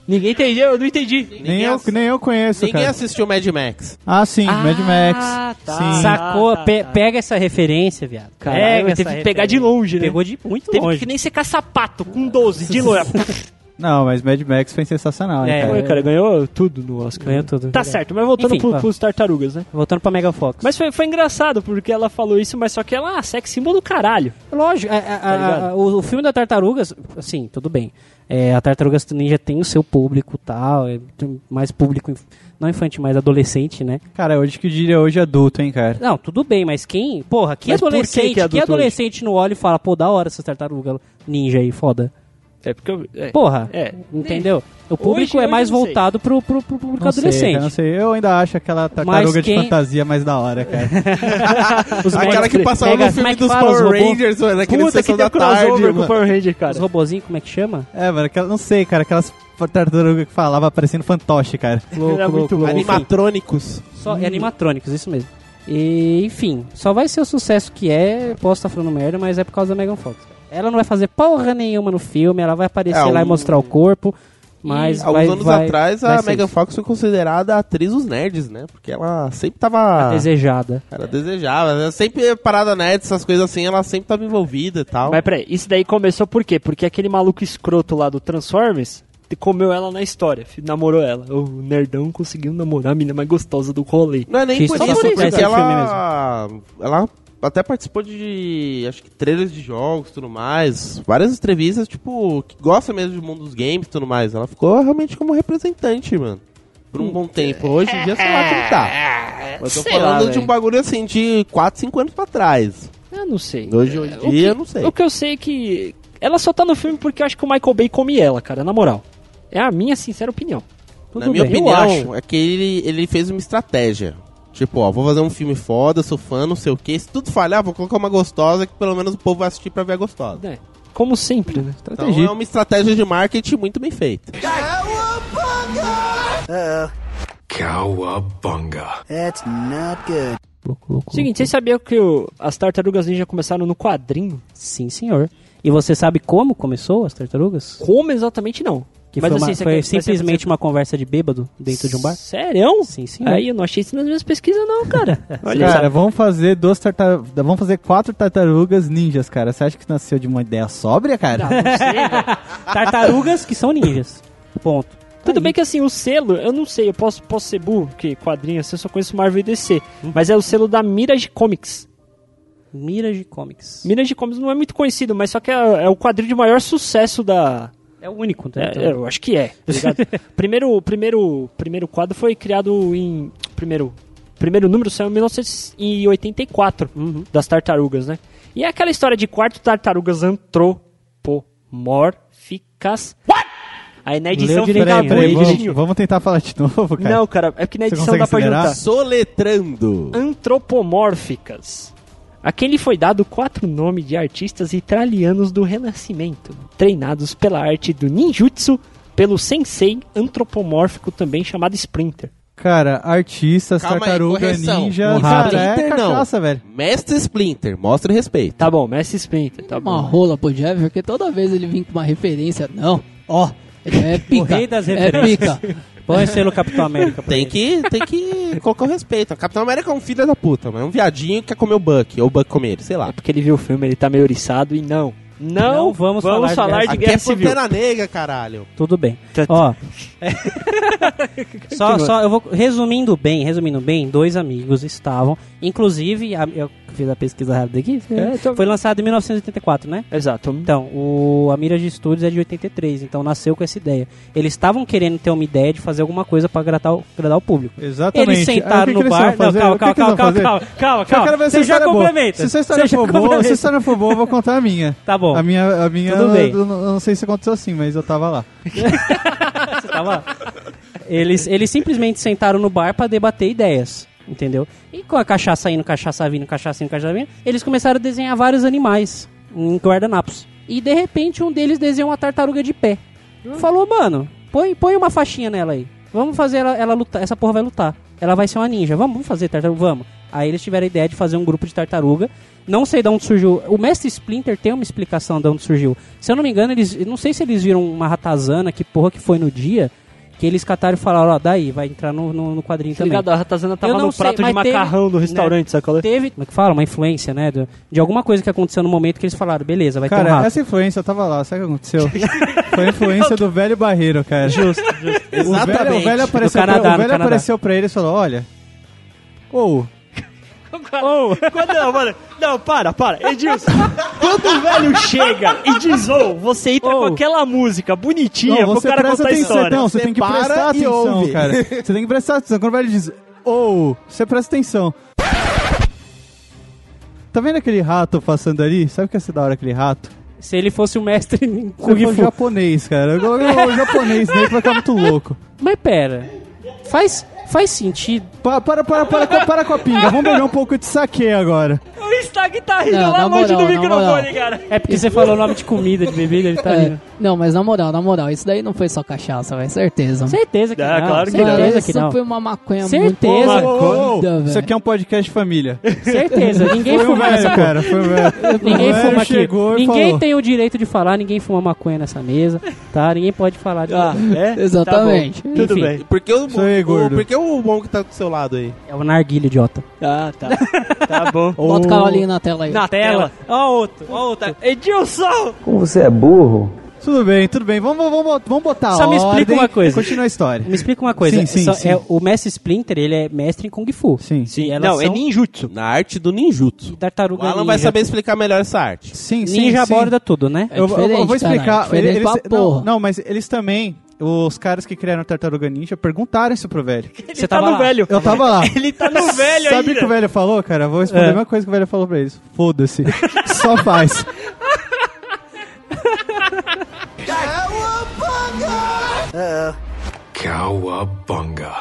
[SPEAKER 1] Ninguém entendeu? Eu não entendi.
[SPEAKER 2] Nem, eu, nem eu conheço,
[SPEAKER 5] Ninguém é-
[SPEAKER 2] cara.
[SPEAKER 5] assistiu Mad Max.
[SPEAKER 2] Ah, sim, Mad Max.
[SPEAKER 1] Ah, tá.
[SPEAKER 2] Sim.
[SPEAKER 3] Sacou?
[SPEAKER 1] tá,
[SPEAKER 3] Pe-
[SPEAKER 1] tá.
[SPEAKER 3] Pega essa referência, viado.
[SPEAKER 1] Caralho,
[SPEAKER 3] pega
[SPEAKER 1] teve
[SPEAKER 3] É, essa
[SPEAKER 1] que pegar de
[SPEAKER 3] referência.
[SPEAKER 1] longe, né?
[SPEAKER 3] Pegou de muito
[SPEAKER 1] Teve
[SPEAKER 3] longe.
[SPEAKER 1] que nem secar sapato com 12 de loira.
[SPEAKER 2] Não, mas Mad Max foi sensacional, hein,
[SPEAKER 3] É,
[SPEAKER 2] cara.
[SPEAKER 1] Foi, cara, ganhou tudo no Oscar.
[SPEAKER 3] Ganhou tudo.
[SPEAKER 1] Tá certo, mas voltando
[SPEAKER 3] Enfim,
[SPEAKER 1] pro-
[SPEAKER 3] tá.
[SPEAKER 1] pros tartarugas, né?
[SPEAKER 3] Voltando pra Megan Fox.
[SPEAKER 1] Mas foi, foi engraçado, porque ela falou isso, mas só que ela é uma sex symbol do caralho.
[SPEAKER 3] Lógico, a- a- a-
[SPEAKER 1] Tá ligado?
[SPEAKER 3] o, o filme da Tartarugas, assim, tudo bem. É, a Tartarugas Ninja tem o seu público tal, é, tem mais público, inf- não infantil, mas adolescente, né?
[SPEAKER 2] Cara, hoje que eu diria hoje adulto, hein, cara.
[SPEAKER 3] Não, tudo bem, mas quem. Porra, que
[SPEAKER 1] Mas por que
[SPEAKER 3] adolescente,
[SPEAKER 1] que é
[SPEAKER 3] que,
[SPEAKER 1] adulto
[SPEAKER 3] adolescente não olha e fala, pô, da hora essa tartaruga ninja aí, foda.
[SPEAKER 1] É porque eu. é.
[SPEAKER 3] Porra,
[SPEAKER 1] É.
[SPEAKER 3] entendeu? O público
[SPEAKER 1] Hoje-
[SPEAKER 3] é mais
[SPEAKER 1] hoje eu não sei.
[SPEAKER 3] voltado pro, pro, pro público
[SPEAKER 2] Não sei, cara,
[SPEAKER 3] adolescente.
[SPEAKER 2] não sei. Eu ainda acho aquela tartaruga
[SPEAKER 3] Mas quem-
[SPEAKER 2] de fantasia mais da hora, cara.
[SPEAKER 3] Os
[SPEAKER 5] Aquela
[SPEAKER 3] mega-
[SPEAKER 5] que passava
[SPEAKER 3] mega-
[SPEAKER 5] no
[SPEAKER 3] como é
[SPEAKER 5] filme
[SPEAKER 3] que
[SPEAKER 5] dos
[SPEAKER 3] fala? Os
[SPEAKER 5] Power
[SPEAKER 3] robô- é
[SPEAKER 5] Rangers, mano. Naquele
[SPEAKER 1] Puta que
[SPEAKER 5] Sessão
[SPEAKER 1] deu
[SPEAKER 5] da Tarde,
[SPEAKER 1] crossover com o
[SPEAKER 5] mano.
[SPEAKER 1] Power Ranger, cara.
[SPEAKER 3] Os robozinhos, como é que chama?
[SPEAKER 2] É, mano, aquela, não sei, cara, aquelas tartarugas que falava parecendo fantoche, cara.
[SPEAKER 1] Era muito bom.
[SPEAKER 5] Animatrônicos.
[SPEAKER 3] Só,
[SPEAKER 1] Hum.
[SPEAKER 3] é animatrônicos, isso mesmo. E, enfim, só vai ser o sucesso que é, posso estar falando merda, mas é por causa da Megan Fox. cara. Ela não vai fazer porra nenhuma no filme, ela vai aparecer
[SPEAKER 5] É,
[SPEAKER 3] lá e
[SPEAKER 5] um-
[SPEAKER 3] mostrar o corpo,
[SPEAKER 1] Hum.
[SPEAKER 3] mas
[SPEAKER 5] Alguns
[SPEAKER 3] vai,
[SPEAKER 5] anos
[SPEAKER 3] vai-
[SPEAKER 5] atrás,
[SPEAKER 3] vai
[SPEAKER 5] a
[SPEAKER 3] ser
[SPEAKER 5] Megan
[SPEAKER 3] isso.
[SPEAKER 5] Fox foi considerada a atriz dos nerds, né? Porque ela sempre tava...
[SPEAKER 3] desejada.
[SPEAKER 5] Ela desejava. Ela sempre parada nerd, essas coisas assim, ela sempre tava envolvida e tal.
[SPEAKER 1] Mas peraí, isso daí começou por quê? Porque aquele maluco escroto lá do Transformers te- comeu ela na história, fi- namorou ela. O nerdão conseguiu namorar a menina mais gostosa do rolê.
[SPEAKER 5] Não é nem
[SPEAKER 3] Que
[SPEAKER 5] por
[SPEAKER 3] só
[SPEAKER 5] isso,
[SPEAKER 3] por isso,
[SPEAKER 5] porque
[SPEAKER 3] é o filme
[SPEAKER 5] ela... Ela até participou de, acho que, trailers de jogos e tudo mais. Várias entrevistas, tipo, que gosta mesmo do mundo dos games e tudo mais. Ela ficou realmente como representante, mano. Por um bom tempo. Hoje em dia, sei lá quem tá. Mas eu tô
[SPEAKER 1] lá,
[SPEAKER 5] falando de
[SPEAKER 1] velho.
[SPEAKER 5] um bagulho assim, de 4, 5 anos pra trás. É,
[SPEAKER 1] Eu não sei.
[SPEAKER 5] Hoje, hoje em
[SPEAKER 1] o que-
[SPEAKER 5] dia, eu não sei.
[SPEAKER 1] O que eu sei é que ela só tá no filme porque eu acho que o Michael Bay come ela, cara, na moral. É a minha sincera opinião.
[SPEAKER 3] Tudo
[SPEAKER 5] Na minha
[SPEAKER 3] bem.
[SPEAKER 1] Eu acho.
[SPEAKER 5] opinião, é que ele, ele fez uma estratégia. Tipo, ó, vou fazer um filme foda, sou fã, não sei o quê. Se tudo falhar, vou colocar uma gostosa que pelo menos o povo vai assistir pra ver a gostosa.
[SPEAKER 1] É, como sempre, né?
[SPEAKER 5] Então é uma estratégia de marketing muito bem feita.
[SPEAKER 4] Cowabunga.
[SPEAKER 7] That's not good.
[SPEAKER 3] Louco, louco,
[SPEAKER 1] Seguinte, vocês sabiam que o- as tartarugas ninja começaram no quadrinho?
[SPEAKER 3] louco. Sim, senhor. E você sabe como começou as tartarugas?
[SPEAKER 1] Como exatamente não?
[SPEAKER 3] Que
[SPEAKER 1] Mas
[SPEAKER 3] foi,
[SPEAKER 1] assim, você
[SPEAKER 3] uma- foi
[SPEAKER 1] quer- mas você-
[SPEAKER 3] simplesmente uma conversa de bêbado dentro de um bar? É.
[SPEAKER 1] Sério?
[SPEAKER 3] Sim, senhor.
[SPEAKER 1] Aí eu não achei isso nas minhas pesquisas, não, cara. Olha
[SPEAKER 2] cara, vamos fazer duas tartarugas. Vamos fazer quatro tartarugas ninjas, cara. Você acha que nasceu de uma ideia sóbria,
[SPEAKER 3] é
[SPEAKER 2] cara?
[SPEAKER 3] Tartarugas que são ninjas. Ponto.
[SPEAKER 1] Tudo
[SPEAKER 3] Aí.
[SPEAKER 1] bem que assim, o selo, eu não sei, eu posso, posso ser burro, porque quadrinho assim, eu só conheço Marvel e DC.
[SPEAKER 3] Hum.
[SPEAKER 1] Mas é o selo da Mirage Comics.
[SPEAKER 3] Mirage Comics.
[SPEAKER 1] Mirage Comics não é muito conhecido, mas só que é, é o quadrinho de maior sucesso da.
[SPEAKER 3] É o único,
[SPEAKER 2] Então,
[SPEAKER 3] tá?
[SPEAKER 1] é, é, eu acho que é, tá ligado? primeiro, primeiro, primeiro quadro foi criado em. Primeiro. Primeiro número saiu em 1984
[SPEAKER 2] Uhum.
[SPEAKER 1] das tartarugas, né? E é aquela história de quarto tartarugas antropomórficas. What? Aí na edição
[SPEAKER 3] é um direitinho,
[SPEAKER 1] fica
[SPEAKER 3] peraí, peraí,
[SPEAKER 1] bonitinho.
[SPEAKER 2] vamos, vamos tentar falar de novo, cara.
[SPEAKER 1] Não, cara, é porque na
[SPEAKER 2] Você
[SPEAKER 1] edição
[SPEAKER 2] consegue
[SPEAKER 1] dá pra
[SPEAKER 2] acelerar?
[SPEAKER 1] juntar.
[SPEAKER 5] Tá. Soletrando.
[SPEAKER 1] Antropomórficas. A quem lhe foi dado quatro nomes de artistas italianos do Renascimento, treinados pela arte do ninjutsu pelo sensei antropomórfico também chamado Sprinter.
[SPEAKER 2] Cara, artistas,
[SPEAKER 5] Calma aí,
[SPEAKER 2] tartaruga
[SPEAKER 5] correção.
[SPEAKER 2] ninja,
[SPEAKER 5] Honrado.
[SPEAKER 2] cara, é
[SPEAKER 5] Splinter, não.
[SPEAKER 2] cachaça, velho.
[SPEAKER 5] Mestre Splinter, mostra respeito.
[SPEAKER 1] Tá bom, Messi Sprinter, tá
[SPEAKER 6] É Uma
[SPEAKER 1] bom.
[SPEAKER 6] rola pro Jeff, porque toda vez ele vinha com uma referência. Não, ó, ele é
[SPEAKER 3] O
[SPEAKER 6] pica.
[SPEAKER 3] rei das
[SPEAKER 6] é
[SPEAKER 3] referências.
[SPEAKER 6] pica.
[SPEAKER 3] Põe selo Capitão América. pra
[SPEAKER 5] Tem
[SPEAKER 3] ele.
[SPEAKER 5] que, tem que colocar o respeito. O Capitão América é um filho da puta, mas é um viadinho que quer comer o Buck, ou o Buck comer ele, sei lá.
[SPEAKER 1] É porque ele viu o filme, ele tá meio oriçado e não. Não,
[SPEAKER 3] Não vamos
[SPEAKER 1] vamos, falar,
[SPEAKER 3] falar
[SPEAKER 1] de
[SPEAKER 5] Aqui
[SPEAKER 1] guerra
[SPEAKER 5] é
[SPEAKER 1] civil.
[SPEAKER 5] Pantera Negra, caralho.
[SPEAKER 3] Tudo bem.
[SPEAKER 1] Tá-
[SPEAKER 3] Ó. É. só, só, eu vou. Resumindo bem, resumindo bem, dois amigos estavam. Inclusive, a- eu fiz a pesquisa rápida aqui.
[SPEAKER 1] É, tô-
[SPEAKER 3] Foi lançado em 1984, né?
[SPEAKER 1] Exato.
[SPEAKER 3] Então, o, a Mirage Studios é de 83, então nasceu com essa ideia. Eles estavam querendo ter uma ideia de fazer alguma coisa pra agradar o, agradar o público.
[SPEAKER 2] Exatamente.
[SPEAKER 3] Eles
[SPEAKER 2] Aí, o que
[SPEAKER 3] sentaram
[SPEAKER 2] que
[SPEAKER 3] no
[SPEAKER 2] eles
[SPEAKER 3] bar.
[SPEAKER 2] vão fazer?
[SPEAKER 3] Não,
[SPEAKER 2] O que que
[SPEAKER 3] calma,
[SPEAKER 2] eles
[SPEAKER 3] calma,
[SPEAKER 2] vão
[SPEAKER 3] calma,
[SPEAKER 2] fazer?
[SPEAKER 3] calma, calma,
[SPEAKER 2] Eu quero ver
[SPEAKER 3] calma.
[SPEAKER 2] se a
[SPEAKER 3] Você já
[SPEAKER 2] história é boa.
[SPEAKER 3] complementa.
[SPEAKER 2] Se sua
[SPEAKER 3] Você
[SPEAKER 2] história
[SPEAKER 3] já
[SPEAKER 2] for boa, se
[SPEAKER 3] complementa.
[SPEAKER 2] a história for boa, eu vou contar a minha.
[SPEAKER 3] Tá bom.
[SPEAKER 2] A minha, a minha
[SPEAKER 3] Tudo bem.
[SPEAKER 2] Eu, não- eu não sei se aconteceu assim, mas eu tava lá.
[SPEAKER 3] Você tava- Eles, eles simplesmente sentaram no bar pra debater ideias, entendeu? E com a cachaça indo, cachaça vindo, cachaça indo, cachaça vindo, eles começaram a desenhar vários animais. em guardanapos. E de repente um deles desenhou uma tartaruga de pé. Falou, mano, põe, põe uma faixinha nela aí. Vamos fazer ela, ela lutar. Essa porra vai lutar. Ela vai ser uma ninja. Vamos, vamos fazer tartaruga, vamos. Aí eles tiveram a ideia de fazer um grupo de tartaruga. Não sei de onde surgiu. O mestre Splinter tem uma explicação de onde surgiu. Se eu não me engano, eles. eu Não sei se eles viram uma ratazana, que porra que foi no dia. Que eles cataram e falaram, ó, daí, vai entrar no, no, no quadrinho
[SPEAKER 1] Tá
[SPEAKER 3] também
[SPEAKER 1] ligado? A ratazana tava
[SPEAKER 3] Eu não
[SPEAKER 1] no
[SPEAKER 3] sei,
[SPEAKER 1] prato de
[SPEAKER 3] mas teve-
[SPEAKER 1] macarrão do restaurante, sabe qual é?
[SPEAKER 3] teve, como é que fala? Uma influência, né? do- de alguma coisa que aconteceu no momento que eles falaram, beleza, vai ter um
[SPEAKER 2] Cara,
[SPEAKER 3] rato.
[SPEAKER 2] essa influência eu tava lá, sabe o que aconteceu? Foi a influência do velho barreiro, cara. Justo, justo. O velho, o velho apareceu,
[SPEAKER 3] Canadá,
[SPEAKER 2] pra,
[SPEAKER 3] no
[SPEAKER 2] o velho
[SPEAKER 3] Canadá.
[SPEAKER 2] apareceu pra ele e falou: olha. Ou,
[SPEAKER 1] Quando, não, mano. Não, para, para. Edilson, quando o velho chega e diz, ô, você entra
[SPEAKER 3] Ô.
[SPEAKER 1] com aquela música bonitinha
[SPEAKER 2] não, você
[SPEAKER 1] pro cara
[SPEAKER 2] presta
[SPEAKER 1] contar a
[SPEAKER 2] atenção. então.
[SPEAKER 1] história.
[SPEAKER 2] Não, você
[SPEAKER 5] Você
[SPEAKER 2] tem que
[SPEAKER 5] para
[SPEAKER 2] prestar
[SPEAKER 5] e
[SPEAKER 2] atenção,
[SPEAKER 5] ouve.
[SPEAKER 2] cara. Você tem que prestar atenção. Quando o velho diz, ou, você presta atenção. Tá vendo aquele rato passando ali? Sabe o que ia ser da hora aquele rato?
[SPEAKER 3] Se ele fosse o mestre em
[SPEAKER 2] Se
[SPEAKER 3] Kung
[SPEAKER 2] for
[SPEAKER 3] Fu.
[SPEAKER 2] japonês, cara. Eu coloquei o japonês nele pra ficar muito louco.
[SPEAKER 3] Mas pera, faz, faz sentido.
[SPEAKER 2] Pa- Para, para, para, para, para com a pinga. Vamos beber um pouco de saque agora.
[SPEAKER 1] O Stag tá rindo
[SPEAKER 6] Não,
[SPEAKER 1] lá
[SPEAKER 6] na
[SPEAKER 1] longe
[SPEAKER 6] moral,
[SPEAKER 1] do
[SPEAKER 6] na
[SPEAKER 1] microfone,
[SPEAKER 6] moral.
[SPEAKER 1] cara.
[SPEAKER 3] É porque você falou o nome de comida, de bebida, ele tá
[SPEAKER 6] É,
[SPEAKER 3] rindo.
[SPEAKER 6] não, mas na moral, na moral, isso daí não foi só cachaça, velho. Certeza. mano.
[SPEAKER 3] Certeza que
[SPEAKER 1] Ah,
[SPEAKER 3] não.
[SPEAKER 1] claro que não.
[SPEAKER 6] Mano,
[SPEAKER 3] certeza que
[SPEAKER 6] isso
[SPEAKER 3] não.
[SPEAKER 6] foi uma maconha
[SPEAKER 3] Certeza.
[SPEAKER 6] muito
[SPEAKER 2] Ô, ô, ô,
[SPEAKER 6] doida,
[SPEAKER 2] Isso aqui
[SPEAKER 6] velho.
[SPEAKER 2] é um podcast de família.
[SPEAKER 3] Certeza. Ninguém
[SPEAKER 2] um- Foi o
[SPEAKER 3] fuma
[SPEAKER 2] velho,
[SPEAKER 3] essa porra.
[SPEAKER 2] cara. Foi o velho.
[SPEAKER 3] Ninguém
[SPEAKER 2] O velho
[SPEAKER 3] fuma aqui.
[SPEAKER 2] chegou e
[SPEAKER 3] Ninguém
[SPEAKER 2] falou.
[SPEAKER 3] tem o direito de falar, ninguém fuma maconha nessa mesa, tá? Ninguém pode falar de.
[SPEAKER 1] Ah, é?
[SPEAKER 3] um-
[SPEAKER 1] Tá
[SPEAKER 6] Exatamente.
[SPEAKER 1] bom. Tudo
[SPEAKER 3] Enfim.
[SPEAKER 1] bem.
[SPEAKER 5] Por que o,
[SPEAKER 2] Isso aí,
[SPEAKER 5] o-
[SPEAKER 2] gordo.
[SPEAKER 5] por que o bom que tá do seu lado aí?
[SPEAKER 3] É o narguilho, idiota.
[SPEAKER 1] Ah, tá. Tá bom.
[SPEAKER 6] Bota o cavalinho
[SPEAKER 3] Oh.
[SPEAKER 6] na tela aí.
[SPEAKER 1] Na tela.
[SPEAKER 3] Ó, outro, ó, outro.
[SPEAKER 1] Edilson!
[SPEAKER 2] Tudo bem, tudo bem. Vamos, vamos, vamos botar a
[SPEAKER 3] Só me explica
[SPEAKER 2] ordem
[SPEAKER 3] uma coisa.
[SPEAKER 2] e Continua a história.
[SPEAKER 3] Me explica uma coisa.
[SPEAKER 2] Sim, sim,
[SPEAKER 3] Só-
[SPEAKER 2] sim.
[SPEAKER 3] é- o Mestre Splinter, ele é mestre em Kung Fu.
[SPEAKER 2] Sim.
[SPEAKER 3] E elas
[SPEAKER 1] Não, é
[SPEAKER 3] são
[SPEAKER 1] ninjutsu.
[SPEAKER 5] Na arte do ninjutsu. O
[SPEAKER 3] Tartaruga
[SPEAKER 5] Alan
[SPEAKER 3] ninja.
[SPEAKER 5] vai saber explicar melhor essa arte.
[SPEAKER 2] Sim, sim,
[SPEAKER 3] Ninja
[SPEAKER 2] sim.
[SPEAKER 3] aborda tudo, né?
[SPEAKER 6] É diferente,
[SPEAKER 2] vou explicar.
[SPEAKER 6] caralho, diferente
[SPEAKER 2] Ele- eles-
[SPEAKER 6] pra
[SPEAKER 2] não,
[SPEAKER 6] porra.
[SPEAKER 2] não, mas eles também, os caras que criaram a Tartaruga Ninja, perguntaram isso pro velho.
[SPEAKER 1] Ele
[SPEAKER 3] Você
[SPEAKER 1] tá
[SPEAKER 3] tava
[SPEAKER 1] no
[SPEAKER 3] lá.
[SPEAKER 1] velho.
[SPEAKER 2] Eu tava lá.
[SPEAKER 1] Ele tá no velho
[SPEAKER 2] Sabe o
[SPEAKER 1] ainda.
[SPEAKER 2] que o velho falou, cara? Vou responder
[SPEAKER 3] É.
[SPEAKER 2] a mesma coisa que o velho falou pra eles. Foda-se. Só faz.
[SPEAKER 4] Cowabunga.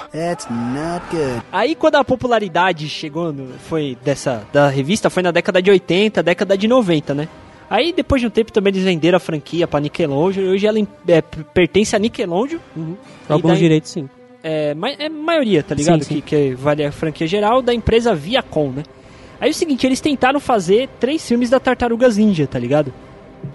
[SPEAKER 1] Aí quando a popularidade chegou, no- foi dessa da revista, foi na década de 80, década de 90, né? Aí depois de um tempo também eles venderam a franquia pra Nickelodeon, hoje ela em- é, p- pertence a Nickelodeon, E
[SPEAKER 3] Alguns
[SPEAKER 1] daí-
[SPEAKER 3] direitos, sim.
[SPEAKER 1] é, ma- é maioria, tá ligado?
[SPEAKER 3] Sim, sim.
[SPEAKER 1] Que, que vale a franquia geral da empresa Viacom, né? Aí é o seguinte, eles tentaram fazer três filmes da Tartarugas Ninja, tá ligado?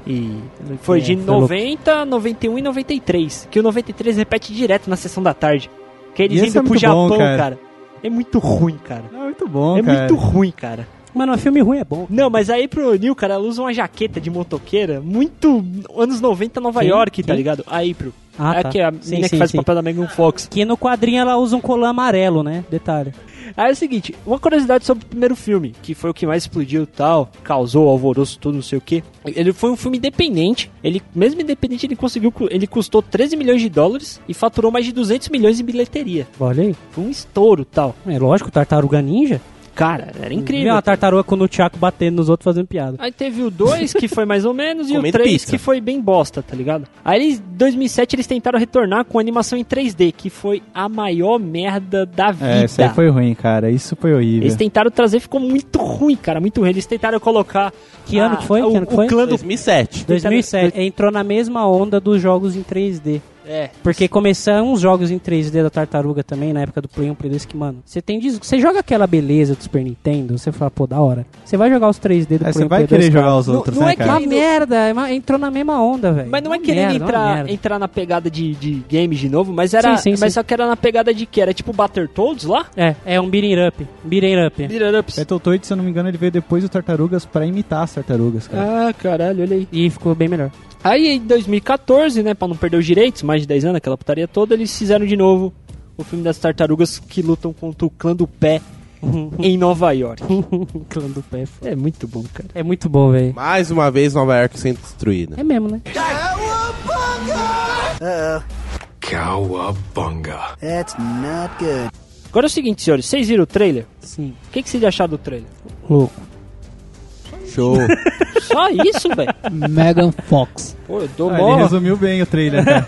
[SPEAKER 1] E foi
[SPEAKER 3] É,
[SPEAKER 1] de
[SPEAKER 3] foi louco.
[SPEAKER 1] 90, 91 e 93, que o 93 repete direto na sessão da tarde. Que eles
[SPEAKER 2] E esse
[SPEAKER 1] indo
[SPEAKER 2] é
[SPEAKER 1] pro
[SPEAKER 2] muito
[SPEAKER 1] Japão,
[SPEAKER 2] bom,
[SPEAKER 1] cara.
[SPEAKER 2] cara.
[SPEAKER 1] É muito ruim, cara.
[SPEAKER 2] Não, muito bom,
[SPEAKER 1] é
[SPEAKER 2] cara.
[SPEAKER 1] muito ruim, cara.
[SPEAKER 3] Mano, filme ruim é bom.
[SPEAKER 1] Não, mas aí pro Neil, cara, ela usa uma jaqueta de motoqueira muito anos 90 Nova
[SPEAKER 3] Quem?
[SPEAKER 1] York, tá
[SPEAKER 3] Quem?
[SPEAKER 1] ligado? Aí pro.
[SPEAKER 3] Ah,
[SPEAKER 1] é
[SPEAKER 3] tá.
[SPEAKER 1] que a
[SPEAKER 3] Sim,
[SPEAKER 1] menina
[SPEAKER 3] sim,
[SPEAKER 1] que faz
[SPEAKER 3] sim.
[SPEAKER 1] o papel da Megan Fox.
[SPEAKER 3] Que no quadrinho ela usa um colã amarelo, né? Detalhe.
[SPEAKER 1] Aí é o seguinte, uma curiosidade sobre o primeiro filme, que foi o que mais explodiu e tal, causou alvoroço, tudo, não sei o quê. Ele foi um filme independente, ele, mesmo independente, ele conseguiu, cu- ele custou 13 milhões de dólares e faturou mais de 200 milhões em bilheteria.
[SPEAKER 3] Olha aí.
[SPEAKER 1] Foi um estouro tal.
[SPEAKER 3] É lógico, tartaruga ninja.
[SPEAKER 1] Cara, era
[SPEAKER 3] Viu
[SPEAKER 1] incrível.
[SPEAKER 3] uma tartaruga com o Nunchaku batendo nos outros fazendo piada.
[SPEAKER 1] Aí teve o 2, que foi mais ou menos, e o
[SPEAKER 5] Comendo
[SPEAKER 1] 3,
[SPEAKER 5] pizza.
[SPEAKER 1] que foi bem bosta, tá ligado? Aí, em 2007, eles tentaram retornar com animação em 3D, que foi a maior merda da vida.
[SPEAKER 2] É, isso aí foi ruim, cara. Isso foi horrível.
[SPEAKER 1] Eles tentaram trazer, ficou muito ruim, cara, muito ruim. Eles tentaram colocar...
[SPEAKER 3] Que ano que foi?
[SPEAKER 1] Ah, é O,
[SPEAKER 3] Que ano que
[SPEAKER 1] o
[SPEAKER 3] foi?
[SPEAKER 1] clã do...
[SPEAKER 5] 2007.
[SPEAKER 3] 2007. Entrou na mesma onda dos jogos em 3D.
[SPEAKER 1] É,
[SPEAKER 3] Porque começaram uns jogos em 3D da Tartaruga também, na época do Play 1, Play 2, que, mano, você tem disco, você joga aquela beleza do Super Nintendo, você fala, pô, da hora. Você vai jogar os 3D do
[SPEAKER 2] É,
[SPEAKER 3] Play
[SPEAKER 2] você
[SPEAKER 3] 1,
[SPEAKER 2] vai
[SPEAKER 3] Play
[SPEAKER 2] querer
[SPEAKER 3] 2,
[SPEAKER 2] jogar os
[SPEAKER 1] Não-
[SPEAKER 2] outros,
[SPEAKER 1] não
[SPEAKER 2] né,
[SPEAKER 1] é que-
[SPEAKER 3] Uma
[SPEAKER 2] cara?
[SPEAKER 3] merda, é uma- entrou na mesma onda, velho.
[SPEAKER 1] Mas não é
[SPEAKER 3] Uma
[SPEAKER 1] querendo
[SPEAKER 3] merda, uma
[SPEAKER 1] entrar,
[SPEAKER 3] merda.
[SPEAKER 1] entrar na pegada de, de games de novo, mas era.
[SPEAKER 3] Sim, sim,
[SPEAKER 1] mas
[SPEAKER 3] sim.
[SPEAKER 1] só que era na pegada de que? Era tipo Battletoads lá?
[SPEAKER 3] É, é um beating up. Beating up.
[SPEAKER 1] Beat it ups.
[SPEAKER 2] Battletoads, se eu não me engano, ele veio depois do Tartarugas pra imitar as Tartarugas, cara.
[SPEAKER 1] Ah, caralho, olha aí.
[SPEAKER 3] E ficou bem melhor.
[SPEAKER 1] Aí em 2014, né, pra não perder os direitos, mais de 10 anos, aquela putaria toda, eles fizeram de novo o filme das tartarugas que lutam contra o clã do pé em Nova York.
[SPEAKER 3] O clã do pé. foda.
[SPEAKER 1] É muito bom, cara.
[SPEAKER 3] É muito bom, velho.
[SPEAKER 5] Mais uma vez Nova York sendo destruída.
[SPEAKER 3] É mesmo, né?
[SPEAKER 4] Cowabunga.
[SPEAKER 1] Agora é o seguinte, senhores, vocês viram o trailer?
[SPEAKER 3] Sim.
[SPEAKER 1] O que, que vocês acharam do trailer?
[SPEAKER 3] Louco. um
[SPEAKER 5] Show.
[SPEAKER 1] Só isso, velho?
[SPEAKER 6] Megan Fox.
[SPEAKER 1] Pô, eu dou
[SPEAKER 2] Ah,
[SPEAKER 1] mó...
[SPEAKER 2] ele resumiu bem o trailer, cara.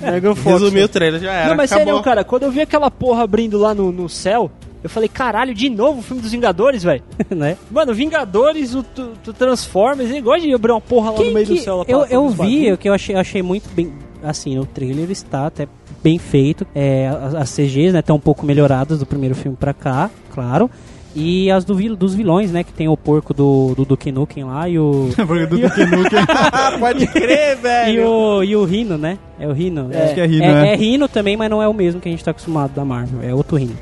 [SPEAKER 1] Megan Fox,
[SPEAKER 5] Resumiu o trailer, já era.
[SPEAKER 1] Não, mas
[SPEAKER 5] acabou.
[SPEAKER 1] sério, cara, quando eu vi aquela porra abrindo lá no, no céu, Eu falei, caralho, de novo o filme dos Vingadores, velho?
[SPEAKER 3] né?
[SPEAKER 1] Mano, Vingadores, o, tu, tu Transformers, ele gosta de abrir uma porra lá
[SPEAKER 3] Quem
[SPEAKER 1] no meio
[SPEAKER 3] que-
[SPEAKER 1] do céu. Lá pra-
[SPEAKER 3] eu
[SPEAKER 1] pra-
[SPEAKER 3] eu
[SPEAKER 1] pra-
[SPEAKER 3] vi, o que eu achei, eu achei muito bem. Assim, o trailer está até bem feito. É, as, as CGs, né, estão um pouco melhoradas do primeiro filme pra cá, claro. E as do, vil- dos vilões, né? Que tem o porco do, do Duke Nukem lá e o.
[SPEAKER 2] Porque do Duke Nukem.
[SPEAKER 5] Ah, pode crer,
[SPEAKER 3] E
[SPEAKER 5] velho.
[SPEAKER 3] o, e o Rino, né? É o Rino.
[SPEAKER 2] Acho que é Rhino, é.
[SPEAKER 1] né?
[SPEAKER 3] é. Rino também, mas não é o mesmo que a gente tá acostumado da Marvel. É outro Rino.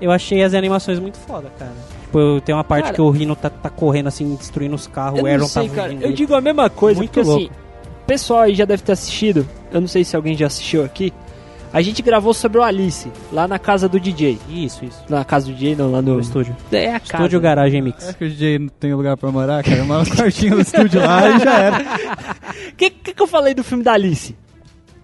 [SPEAKER 3] Eu achei as animações muito foda, cara. Tipo, tem uma parte
[SPEAKER 1] Cara-
[SPEAKER 3] que o Rino tá, tá correndo assim, destruindo os carros. o
[SPEAKER 1] Eu não
[SPEAKER 3] Aaron
[SPEAKER 1] sei,
[SPEAKER 3] tá
[SPEAKER 1] cara.
[SPEAKER 3] fugindo
[SPEAKER 1] Eu
[SPEAKER 3] dele.
[SPEAKER 1] digo a mesma coisa,
[SPEAKER 3] Muito
[SPEAKER 1] porque assim,
[SPEAKER 3] louco.
[SPEAKER 1] o pessoal aí já deve ter assistido. Eu não sei se alguém já assistiu aqui. A gente gravou sobre o Alice, lá na casa do DJ.
[SPEAKER 3] Isso, isso.
[SPEAKER 1] Na casa do DJ, não, lá no.
[SPEAKER 3] No estúdio.
[SPEAKER 1] É a casa.
[SPEAKER 3] Estúdio Garagem Mix.
[SPEAKER 2] Será que o DJ não tem lugar pra morar, cara? Mora no quartinho do estúdio lá e já era.
[SPEAKER 1] O que, que, que eu falei do filme da Alice?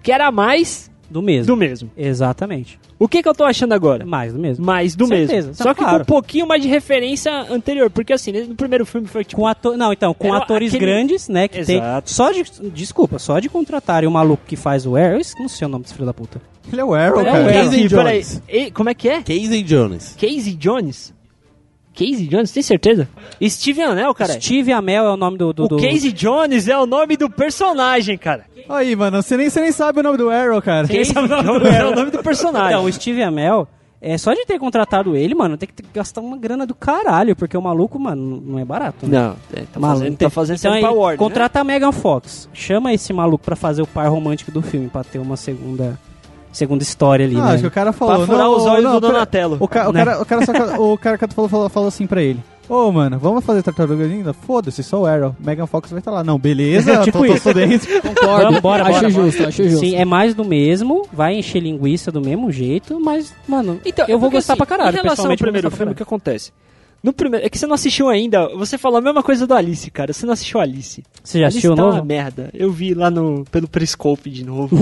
[SPEAKER 1] Que era mais
[SPEAKER 3] Do mesmo.
[SPEAKER 1] do mesmo.
[SPEAKER 3] Exatamente.
[SPEAKER 1] O que, que eu tô achando agora?
[SPEAKER 3] Mais do mesmo.
[SPEAKER 1] Mais do
[SPEAKER 3] Certeza,
[SPEAKER 1] mesmo.
[SPEAKER 3] tá
[SPEAKER 1] Só que
[SPEAKER 3] claro.
[SPEAKER 1] com um pouquinho mais de referência anterior. Porque assim, no primeiro filme foi tipo.
[SPEAKER 3] Com ator, não, então, com
[SPEAKER 1] Era
[SPEAKER 3] atores
[SPEAKER 1] aquele-
[SPEAKER 3] grandes, né, que
[SPEAKER 1] Exato.
[SPEAKER 3] tem... Só de... Desculpa, só de contratarem o maluco que faz o Arrow... Não sei o nome desse filho da puta.
[SPEAKER 2] Ele é o Arrow,
[SPEAKER 1] Peraí,
[SPEAKER 5] o
[SPEAKER 2] cara.
[SPEAKER 5] Arrow.
[SPEAKER 1] peraí,
[SPEAKER 5] Casey
[SPEAKER 1] um peraí.
[SPEAKER 5] Jones.
[SPEAKER 1] Ei, Como é que é?
[SPEAKER 5] Casey Jones.
[SPEAKER 1] Casey Jones? Casey Jones, tem certeza? Steve Anel, cara.
[SPEAKER 3] Steve Amell é o nome do... do,
[SPEAKER 1] O
[SPEAKER 3] do...
[SPEAKER 1] Casey Jones é o nome do personagem, cara.
[SPEAKER 2] Aí, mano, você nem, você nem sabe o nome do Arrow, cara.
[SPEAKER 1] Esse é o nome do, é o nome do personagem.
[SPEAKER 3] Então, o Steve Amell, é, só de ter contratado ele, mano, tem que ter- gastar uma grana do caralho, porque o maluco, mano, não é barato, né?
[SPEAKER 1] não, é, tá
[SPEAKER 3] Maluco.
[SPEAKER 1] fazendo, tá fazendo
[SPEAKER 3] então,
[SPEAKER 1] sempre
[SPEAKER 3] aí,
[SPEAKER 1] pra Warner,
[SPEAKER 3] contrata a Megan Fox, chama esse maluco pra fazer o par romântico do filme, pra ter uma segunda, segunda história ali,
[SPEAKER 2] Ah,
[SPEAKER 3] né?
[SPEAKER 2] acho que o cara falou.
[SPEAKER 1] Pra furar
[SPEAKER 2] não,
[SPEAKER 1] os olhos
[SPEAKER 2] não,
[SPEAKER 1] do
[SPEAKER 2] pera-
[SPEAKER 1] Donatello.
[SPEAKER 2] O, ca- o
[SPEAKER 3] Né?
[SPEAKER 2] cara, o cara só ca- o cara que tu falou, falou, falou assim pra ele. Ô, mano, vamos fazer tartaruga ainda? Foda-se, só o Arrow. Megan Fox vai estar lá. Não, beleza,
[SPEAKER 3] Tipo
[SPEAKER 2] tô, tô,
[SPEAKER 3] isso.
[SPEAKER 2] tô dentro.
[SPEAKER 6] Concordo.
[SPEAKER 3] Vamos, bora,
[SPEAKER 6] acho
[SPEAKER 3] bora,
[SPEAKER 6] justo, acho justo.
[SPEAKER 3] Sim, é mais do mesmo, vai encher linguiça do mesmo jeito, mas, mano,
[SPEAKER 1] Então,
[SPEAKER 3] eu vou
[SPEAKER 1] porque,
[SPEAKER 3] gostar
[SPEAKER 1] assim,
[SPEAKER 3] pra caralho.
[SPEAKER 1] Em relação ao
[SPEAKER 3] pessoalmente, eu vou
[SPEAKER 1] primeiro
[SPEAKER 3] gostar pra
[SPEAKER 1] filme, o que acontece? No primeiro, é que você não assistiu ainda, você falou a mesma coisa do Alice, cara. Você não assistiu Alice.
[SPEAKER 3] caralho. Você já
[SPEAKER 1] Alice
[SPEAKER 3] assistiu o
[SPEAKER 1] tá uma
[SPEAKER 3] novo?
[SPEAKER 1] merda. Eu vi lá no pelo Periscope de novo.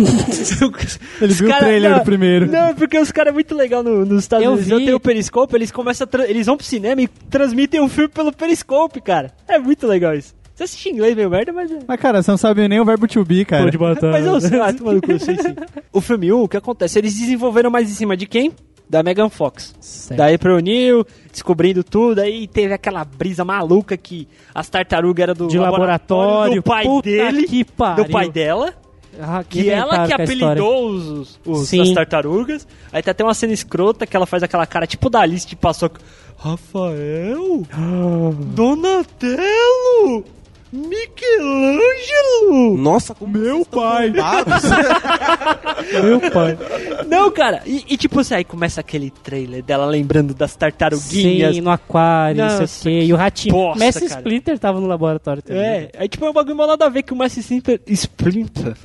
[SPEAKER 2] Ele viu o trailer do primeiro.
[SPEAKER 1] Não, porque os caras é muito legal no- nos Estados
[SPEAKER 3] Eu
[SPEAKER 1] Unidos.
[SPEAKER 3] vi.
[SPEAKER 1] Eu tenho o Periscope, eles começam a tra- eles vão pro cinema e transmitem um filme pelo Periscope, cara. É muito legal isso. Você assiste em inglês meio merda, mas é.
[SPEAKER 2] Mas, cara, você não sabe nem o verbo to be, cara.
[SPEAKER 1] Mas eu sei, ah, tomando cu, eu sei sim. O filme 1, o que acontece? Eles desenvolveram mais em cima de quem? Da Megan Fox.
[SPEAKER 3] Certo.
[SPEAKER 1] Daí pro Neil, descobrindo tudo, aí teve aquela brisa maluca que as tartarugas eram do
[SPEAKER 3] De laboratório,
[SPEAKER 1] do pai
[SPEAKER 3] puta
[SPEAKER 1] dele,
[SPEAKER 3] que pariu.
[SPEAKER 1] do pai dela,
[SPEAKER 3] Ah,
[SPEAKER 1] que ela
[SPEAKER 3] inventaram
[SPEAKER 1] que
[SPEAKER 3] a história.
[SPEAKER 1] apelidou os, os,
[SPEAKER 3] Sim.
[SPEAKER 1] as tartarugas. Aí tá até uma cena escrota que ela faz aquela cara tipo da Alice de paçoca. Rafael? Donatello? Michelangelo?
[SPEAKER 5] Nossa, como meu pai.
[SPEAKER 2] Meu pai.
[SPEAKER 1] Não, cara, e, e tipo assim, aí começa aquele trailer dela lembrando das tartaruguinhas.
[SPEAKER 3] Sim, no aquário, não,
[SPEAKER 1] Nossa,
[SPEAKER 3] sei o quê. E o ratinho.
[SPEAKER 1] bosta,
[SPEAKER 3] Messi
[SPEAKER 1] cara.
[SPEAKER 3] Splinter tava no laboratório também. né?
[SPEAKER 1] É, é tipo é um bagulho mal nada a ver que o Messi Splinter, Splinter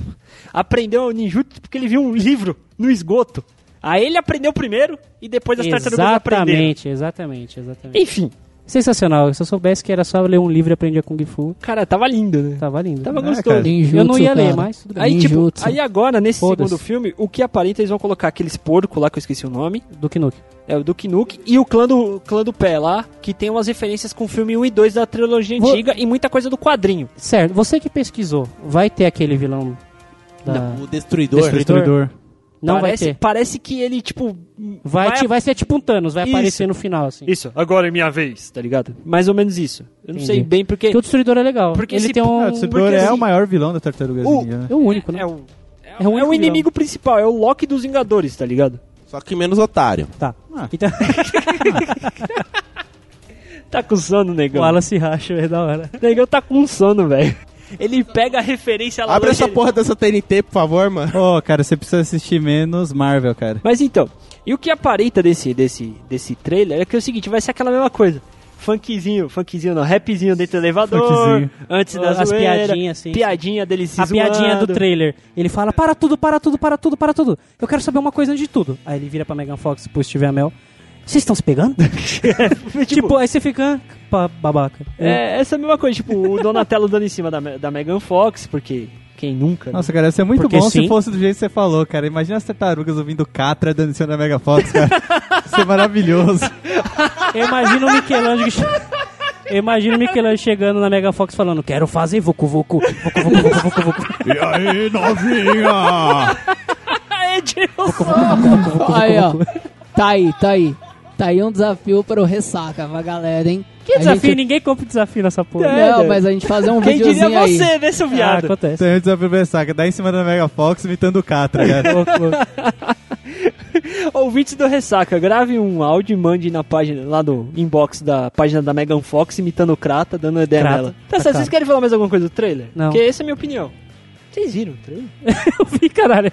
[SPEAKER 1] aprendeu o ninjutsu porque ele viu um livro no esgoto. Aí ele aprendeu primeiro e depois as tartarugas aprenderam.
[SPEAKER 3] Exatamente, exatamente, exatamente.
[SPEAKER 1] Enfim,
[SPEAKER 3] Sensacional. Se eu soubesse que era só ler um livro e aprender Kung Fu,
[SPEAKER 1] cara, tava lindo, né?
[SPEAKER 3] tava lindo.
[SPEAKER 1] Tava
[SPEAKER 2] É,
[SPEAKER 1] gostoso.
[SPEAKER 2] cara.
[SPEAKER 6] Ninjutsu,
[SPEAKER 3] eu não ia ler,
[SPEAKER 6] cara.
[SPEAKER 3] mas tudo bem.
[SPEAKER 1] Aí, tipo,
[SPEAKER 6] Ninjutsu.
[SPEAKER 1] aí agora, nesse
[SPEAKER 3] Foda-se.
[SPEAKER 1] segundo filme, o que aparenta, eles vão colocar aqueles porcos lá, que eu esqueci o nome,
[SPEAKER 3] Do Kinuk.
[SPEAKER 1] é o do Nukem, e o clã do, clã do pé lá, que tem umas referências com o filme 1 e 2 da trilogia
[SPEAKER 3] Vou-
[SPEAKER 1] antiga e muita coisa do quadrinho.
[SPEAKER 3] Certo, você que pesquisou, vai ter aquele vilão da... Não,
[SPEAKER 5] O destruidor.
[SPEAKER 2] Destruidor.
[SPEAKER 3] vai
[SPEAKER 1] parece,
[SPEAKER 3] ter.
[SPEAKER 1] Parece que ele, tipo.
[SPEAKER 3] Vai,
[SPEAKER 1] vai
[SPEAKER 3] te- vai ser tipo um Thanos, vai
[SPEAKER 1] Isso.
[SPEAKER 3] aparecer no final, assim.
[SPEAKER 1] Isso, agora é minha vez, tá ligado? Mais ou menos isso. Eu não
[SPEAKER 3] Entendi.
[SPEAKER 1] sei bem porque.
[SPEAKER 3] Porque o Destruidor é legal.
[SPEAKER 1] Porque
[SPEAKER 3] ele
[SPEAKER 1] esse-
[SPEAKER 3] tem um...
[SPEAKER 2] Ah, o Destruidor
[SPEAKER 1] porque
[SPEAKER 2] é o
[SPEAKER 1] assim-
[SPEAKER 2] maior vilão da Tartaruga
[SPEAKER 1] O-
[SPEAKER 2] Ninja, né?
[SPEAKER 3] É o único, né?
[SPEAKER 1] É o, é,
[SPEAKER 3] É
[SPEAKER 1] o, é
[SPEAKER 3] o único
[SPEAKER 1] o inimigo principal, é o Loki dos Vingadores, tá ligado?
[SPEAKER 5] Só que menos otário.
[SPEAKER 3] Tá.
[SPEAKER 2] Ah.
[SPEAKER 3] Então,
[SPEAKER 1] Tá com sono, negão.
[SPEAKER 3] o Wallace racha, é da hora.
[SPEAKER 1] O negão tá com sono, velho. Ele pega a referência lá
[SPEAKER 5] Abre
[SPEAKER 1] longe,
[SPEAKER 5] essa
[SPEAKER 1] ele-
[SPEAKER 5] porra dessa TNT, por favor, mano.
[SPEAKER 2] Ô, cara, você precisa assistir menos Marvel, cara.
[SPEAKER 1] Mas então, e o que aparenta desse, desse, desse trailer é que é o seguinte, vai ser aquela mesma coisa. Funkzinho, funkzinho não, rapzinho dentro do elevador,
[SPEAKER 2] Funkzinho.
[SPEAKER 1] antes da
[SPEAKER 3] As
[SPEAKER 1] zoeira,
[SPEAKER 3] piadinhas, assim, sim.
[SPEAKER 1] piadinha dele se
[SPEAKER 3] a piadinha do
[SPEAKER 1] zoando.
[SPEAKER 3] trailer. Ele fala, para tudo, para tudo, para tudo, para tudo. Eu quero saber uma coisa antes de tudo. Aí ele vira pra Megan Fox e pro Steve Amell. Vocês estão se pegando? tipo, aí você fica... "Pa- babaca.
[SPEAKER 1] É, essa mesma coisa, tipo, o Donatello dando em cima da, da Megan Fox, porque quem nunca? né?
[SPEAKER 2] Nossa, cara, ia ser muito
[SPEAKER 3] Porque
[SPEAKER 2] bom
[SPEAKER 3] sim.
[SPEAKER 2] se fosse do jeito que você falou, cara. Imagina as tartarugas ouvindo Catra dançando na Mega Fox, cara. Isso é maravilhoso.
[SPEAKER 3] Eu imagino o Michelangelo... che- Eu imagino o Michelangelo chegando na Mega Fox falando Quero fazer vucu vucu, vucu vucu vucu vucu vucu
[SPEAKER 2] E aí, novinha?
[SPEAKER 1] Aê, Dilson!
[SPEAKER 6] Aí, ó. Tá aí, tá aí. Tá aí um desafio para o Ressaca, pra galera, hein?
[SPEAKER 3] Que
[SPEAKER 6] A
[SPEAKER 3] desafio?
[SPEAKER 6] gente-
[SPEAKER 3] Ninguém compra desafio nessa porra.
[SPEAKER 1] É,
[SPEAKER 6] Não,
[SPEAKER 1] velho.
[SPEAKER 6] mas a gente fazer um
[SPEAKER 1] Quem diria
[SPEAKER 6] videozinho aí.
[SPEAKER 1] você, né, seu
[SPEAKER 3] Ah,
[SPEAKER 1] viado?
[SPEAKER 3] acontece.
[SPEAKER 2] Tem um desafio pra saca, dá em cima da Mega Fox imitando o tá Catra, cara.
[SPEAKER 1] Ouvintes do Ressaca, grave um áudio e mande na página, lá no inbox da página da Megan Fox, imitando o Krata, dando ideia
[SPEAKER 3] Krata.
[SPEAKER 1] nela. Tá certo, vocês querem falar mais alguma coisa do trailer?
[SPEAKER 3] Não.
[SPEAKER 1] Porque essa é a minha opinião. Vocês viram o trailer?
[SPEAKER 3] Eu vi, caralho.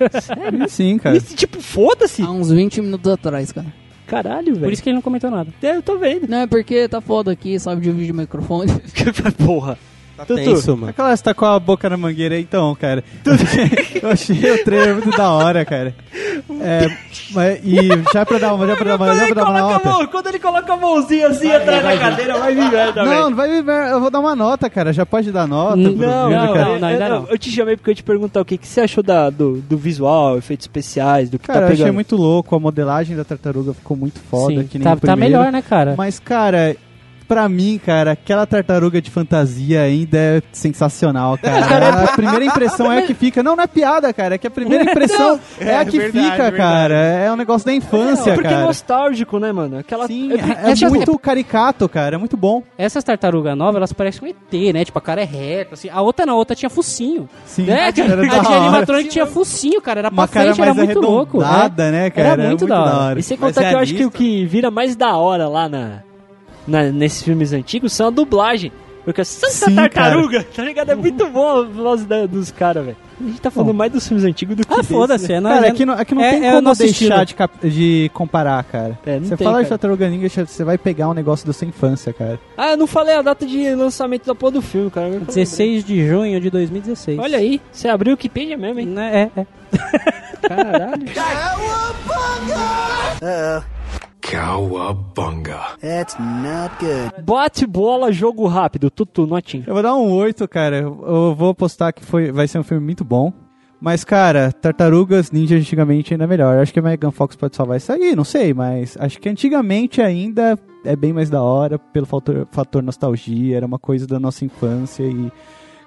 [SPEAKER 2] Sim, cara.
[SPEAKER 1] Esse tipo, foda-se!
[SPEAKER 6] Há uns 20 minutos atrás, cara.
[SPEAKER 1] Caralho,
[SPEAKER 3] Por
[SPEAKER 1] velho.
[SPEAKER 3] isso que ele não comentou nada.
[SPEAKER 1] É, eu tô vendo.
[SPEAKER 6] Não, é porque tá foda aqui, sabe de vídeo de microfone.
[SPEAKER 1] Porra.
[SPEAKER 5] Tá
[SPEAKER 1] Tutu.
[SPEAKER 5] tenso, mano.
[SPEAKER 2] Aquela você tá com a boca na mangueira aí, então, cara. Eu achei o trailer muito da hora, cara. É, mas- e já pra dar uma, já pra dar uma, já pra dar uma
[SPEAKER 1] coloca a
[SPEAKER 2] nota.
[SPEAKER 1] mão, quando ele coloca a mãozinha assim atrás da cadeira, vai vir merda,
[SPEAKER 2] Não,
[SPEAKER 1] velho.
[SPEAKER 2] não vai me ver, eu vou dar uma nota, cara. Já pode dar nota?
[SPEAKER 3] Não,
[SPEAKER 2] pro
[SPEAKER 1] Não,
[SPEAKER 2] vídeo,
[SPEAKER 1] não,
[SPEAKER 2] cara.
[SPEAKER 1] não, não, ainda não. Eu te chamei porque eu ia te perguntar o que, que você achou da- do, do visual, efeitos especiais, do que
[SPEAKER 2] Cara,
[SPEAKER 1] tá
[SPEAKER 2] eu achei
[SPEAKER 1] pegando.
[SPEAKER 2] muito louco. A modelagem da tartaruga ficou muito foda,
[SPEAKER 3] Sim,
[SPEAKER 2] que nem
[SPEAKER 3] tá,
[SPEAKER 2] o
[SPEAKER 3] tá
[SPEAKER 2] primeiro.
[SPEAKER 3] melhor, né, cara?
[SPEAKER 2] Mas, cara, pra mim, cara, aquela tartaruga de fantasia ainda é sensacional, cara. a primeira impressão é a que fica. Não, não é piada, cara. É que a primeira impressão é a que
[SPEAKER 5] verdade,
[SPEAKER 2] fica,
[SPEAKER 5] verdade.
[SPEAKER 2] cara. É um negócio da infância,
[SPEAKER 1] Porque é
[SPEAKER 2] cara.
[SPEAKER 1] nostálgico, né, mano? Aquela...
[SPEAKER 2] Sim,
[SPEAKER 1] eu-
[SPEAKER 2] é,
[SPEAKER 3] essa-
[SPEAKER 2] muito caricato, cara. É muito bom.
[SPEAKER 3] Essas tartarugas novas, elas parecem um ET, né? Tipo, a cara é reta, assim. A outra não, a outra tinha focinho.
[SPEAKER 2] Sim,
[SPEAKER 3] né? A
[SPEAKER 2] cara,
[SPEAKER 3] tia
[SPEAKER 2] era da hora.
[SPEAKER 3] animatronic tinha focinho, cara. Era
[SPEAKER 2] Uma
[SPEAKER 3] pra
[SPEAKER 2] cara
[SPEAKER 3] frente, era
[SPEAKER 2] mais
[SPEAKER 3] muito louco. né?
[SPEAKER 2] arredondada, né, cara?
[SPEAKER 3] muito da hora.
[SPEAKER 1] E sem
[SPEAKER 2] é
[SPEAKER 1] contar é que eu acho que o que vira mais da hora lá na, na- nesses filmes antigos são a dublagem. Porque a Santa
[SPEAKER 2] Sim,
[SPEAKER 1] Tartaruga, tá ligado? É muito bom a voz da- dos caras, velho. A gente tá falando mais dos filmes antigos do que
[SPEAKER 3] É, Ah,
[SPEAKER 1] desse, né?
[SPEAKER 3] foda-se. é, não-
[SPEAKER 2] Cara,
[SPEAKER 3] é-
[SPEAKER 2] aqui não, é que não
[SPEAKER 3] é-
[SPEAKER 2] tem
[SPEAKER 3] é o
[SPEAKER 2] como
[SPEAKER 3] nosso
[SPEAKER 2] deixar
[SPEAKER 3] estilo.
[SPEAKER 2] de, cap- de comparar, cara.
[SPEAKER 1] É, não
[SPEAKER 2] Você
[SPEAKER 1] tem,
[SPEAKER 2] fala de
[SPEAKER 1] cara.
[SPEAKER 2] Tartaruga Ninja, você vai pegar um negócio da sua infância, cara.
[SPEAKER 1] Ah, eu não falei a data de lançamento da porra do filme, cara. Agora que eu lembrei.
[SPEAKER 3] 16 de junho de 2016.
[SPEAKER 1] Olha aí, você abriu o Wikipedia mesmo, hein?
[SPEAKER 3] Né? É, é.
[SPEAKER 1] Caralho.
[SPEAKER 4] Cowabunga.
[SPEAKER 1] Bate bola, jogo rápido. Tutu, notinha.
[SPEAKER 2] Eu vou dar um 8, cara. Eu vou apostar que foi, vai ser um filme muito bom. Mas, cara, Tartarugas Ninja antigamente ainda é melhor. Eu acho que a Megan Fox pode salvar isso aí, não sei, mas acho que antigamente ainda é bem mais da hora pelo fator, fator nostalgia, era uma coisa da nossa infância e,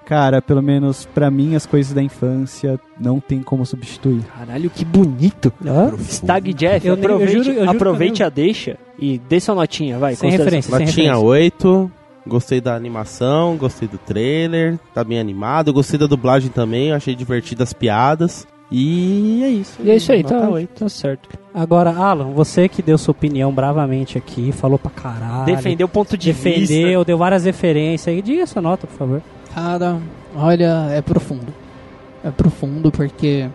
[SPEAKER 2] cara, pelo menos pra mim as coisas da infância não tem como substituir.
[SPEAKER 1] Caralho, que bonito.
[SPEAKER 3] Hã?
[SPEAKER 1] Stag Jeff,
[SPEAKER 3] Eu nem- eu
[SPEAKER 1] aproveite,
[SPEAKER 3] juro- eu juro
[SPEAKER 1] aproveite
[SPEAKER 3] que eu
[SPEAKER 1] a deixa e dê sua notinha, vai.
[SPEAKER 3] Sem
[SPEAKER 1] consideração.
[SPEAKER 3] referência, sem
[SPEAKER 5] Latinha
[SPEAKER 3] referência.
[SPEAKER 5] 8. Gostei da animação, gostei do trailer, tá bem animado, gostei da dublagem também, achei divertidas as piadas. E é isso.
[SPEAKER 1] E é isso aí,
[SPEAKER 5] Nota
[SPEAKER 1] tá,
[SPEAKER 5] oito.
[SPEAKER 1] tá certo.
[SPEAKER 3] então. Agora, Alan, você que deu sua opinião bravamente aqui, falou pra caralho.
[SPEAKER 1] Defendeu o ponto de vista.
[SPEAKER 3] Defendeu, deu várias referências aí. Diga sua nota, por favor.
[SPEAKER 6] Cara, olha, é profundo. É profundo porque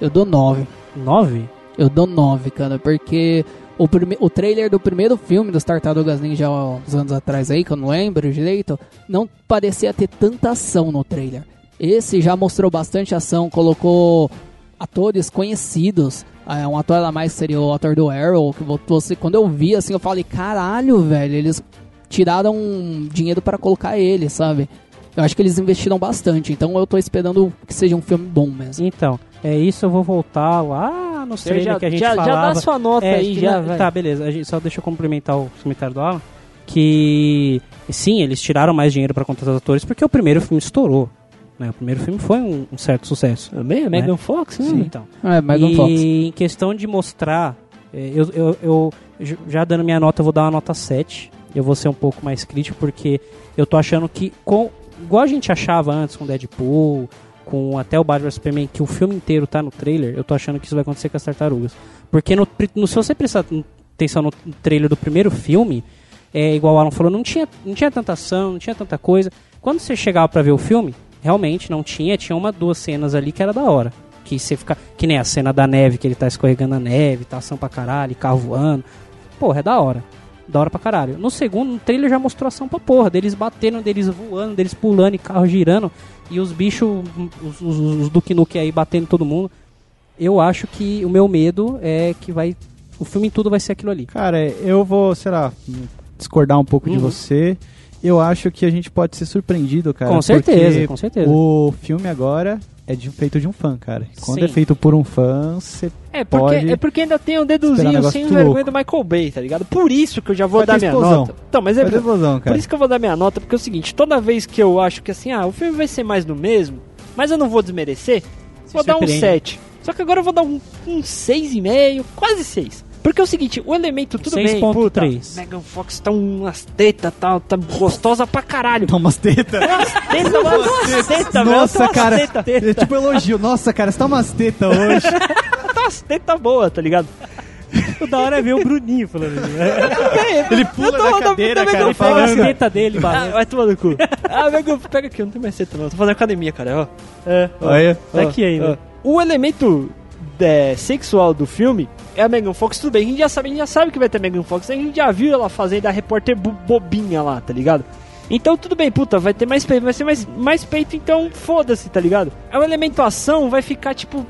[SPEAKER 6] eu dou 9.
[SPEAKER 3] 9?
[SPEAKER 6] Eu dou 9, cara, porque o, prime- o trailer do primeiro filme dos Tartarugas Ninja há uns anos atrás aí, que eu não lembro direito, não parecia ter tanta ação no trailer. Esse já mostrou bastante ação, colocou atores conhecidos. Ah, Um ator lá mais seria o ator do Arrow, que você, quando eu vi assim, eu falei, caralho, velho, eles tiraram dinheiro para colocar ele, sabe? Eu acho que eles investiram bastante, então eu tô esperando que seja um filme bom mesmo.
[SPEAKER 3] Então, é isso, eu vou voltar lá no
[SPEAKER 1] Você
[SPEAKER 3] trailer
[SPEAKER 1] já,
[SPEAKER 3] que a gente
[SPEAKER 1] já, já dá
[SPEAKER 3] falava.
[SPEAKER 1] sua nota
[SPEAKER 3] É,
[SPEAKER 1] aí,
[SPEAKER 3] que
[SPEAKER 1] já,
[SPEAKER 3] na-
[SPEAKER 1] vai.
[SPEAKER 3] Tá, beleza. A gente, só deixa eu complementar o comentário do Alan. Que sim, eles tiraram mais dinheiro pra contratar os atores porque o primeiro filme estourou. Né? O primeiro filme foi um, um certo sucesso.
[SPEAKER 1] Também é Megan Fox, né?
[SPEAKER 3] Sim, então.
[SPEAKER 6] É, Megan
[SPEAKER 3] e
[SPEAKER 6] Fox.
[SPEAKER 3] em questão de mostrar, eh, eu, eu, eu j- já dando minha nota, eu vou dar uma nota 7. Eu vou ser um pouco mais crítico, porque eu tô achando que, com, igual a gente achava antes com Deadpool, com até o Batman vs Superman, que o filme inteiro tá no trailer, eu tô achando que isso vai acontecer com as tartarugas. Porque no, pri- no- se você prestar atenção no trailer do primeiro filme, é igual o Alan falou, não tinha, não tinha tanta ação, não tinha tanta coisa. Quando você chegava pra ver o filme, realmente não tinha, tinha uma, duas cenas ali que era da hora. Que você fica. Que nem a cena da neve, que ele tá escorregando na neve, tá ação pra caralho, carro voando. Porra, é da hora. Da hora pra caralho. No segundo, no trailer já mostrou ação pra porra. Deles batendo, deles voando, deles pulando e carro girando. E os bichos, os, os, os Duke Nuke aí batendo todo mundo. Eu acho que o meu medo é que vai. O filme em tudo vai ser aquilo ali.
[SPEAKER 2] Cara, eu vou, sei lá, discordar um pouco de
[SPEAKER 3] Uhum.
[SPEAKER 2] você. Eu acho que a gente pode ser surpreendido, cara.
[SPEAKER 3] com certeza,
[SPEAKER 2] porque
[SPEAKER 3] com certeza.
[SPEAKER 2] O filme agora é de- feito de um fã, cara. Quando
[SPEAKER 3] Sim.
[SPEAKER 2] é feito por um fã, você
[SPEAKER 1] É porque,
[SPEAKER 2] Pode
[SPEAKER 1] é porque ainda tem um
[SPEAKER 2] esperar um
[SPEAKER 1] deduzinho
[SPEAKER 2] negócio
[SPEAKER 1] sem
[SPEAKER 2] muito
[SPEAKER 1] vergonha
[SPEAKER 2] louco.
[SPEAKER 1] do Michael Bay, tá ligado? Por isso que eu já vou
[SPEAKER 2] Vai
[SPEAKER 1] dar
[SPEAKER 2] ter
[SPEAKER 1] minha
[SPEAKER 2] explosão.
[SPEAKER 1] nota. Então, mas é
[SPEAKER 2] faz explosão, cara.
[SPEAKER 1] por isso que eu vou dar minha nota, porque é o seguinte, toda vez que eu acho que assim, ah, o filme vai ser mais do mesmo, mas eu não vou desmerecer, vou dar um
[SPEAKER 3] surpreende.
[SPEAKER 1] 7. Só que agora eu vou dar um, um 6,5, quase 6. Porque é o seguinte, o elemento, tudo bem,
[SPEAKER 3] 6.3.
[SPEAKER 1] puta, Megan Fox tá umas tetas, tá, tá gostosa pra caralho.
[SPEAKER 2] Toma umas tetas.
[SPEAKER 1] Teta, mano, umas tetas, velho,
[SPEAKER 2] Nossa,
[SPEAKER 1] tá
[SPEAKER 2] cara.
[SPEAKER 1] umas tetas.
[SPEAKER 2] É tipo elogio. Nossa, cara, você tá umas tetas hoje.
[SPEAKER 1] Tá umas tetas boas, tá ligado?
[SPEAKER 3] O da hora é ver o Bruninho falando isso.
[SPEAKER 2] Ele pula
[SPEAKER 1] tô- eu tô-
[SPEAKER 2] da cadeira,
[SPEAKER 1] também
[SPEAKER 2] cara,
[SPEAKER 1] não
[SPEAKER 2] e
[SPEAKER 1] falo
[SPEAKER 2] fala...
[SPEAKER 1] assim.
[SPEAKER 3] a teta dele,
[SPEAKER 1] Ah,
[SPEAKER 3] barulho.
[SPEAKER 1] vai tomar no cu. Ah, Megan, pega aqui, eu não tenho mais seta não. Eu Tô fazendo academia, cara, ó.
[SPEAKER 3] É, ó,
[SPEAKER 2] Olha.
[SPEAKER 3] tá aqui
[SPEAKER 1] ó.
[SPEAKER 3] ainda.
[SPEAKER 1] Ah, O elemento é, sexual do filme é a Megan Fox, tudo bem. A gente já sabe, a gente já sabe que vai ter Megan Fox. A gente já viu ela fazendo a repórter bo- bobinha lá, tá ligado? Então tudo bem, puta, vai ter mais peito, vai ser mais, mais peito, então foda-se, tá ligado? É o elemento ação, vai ficar tipo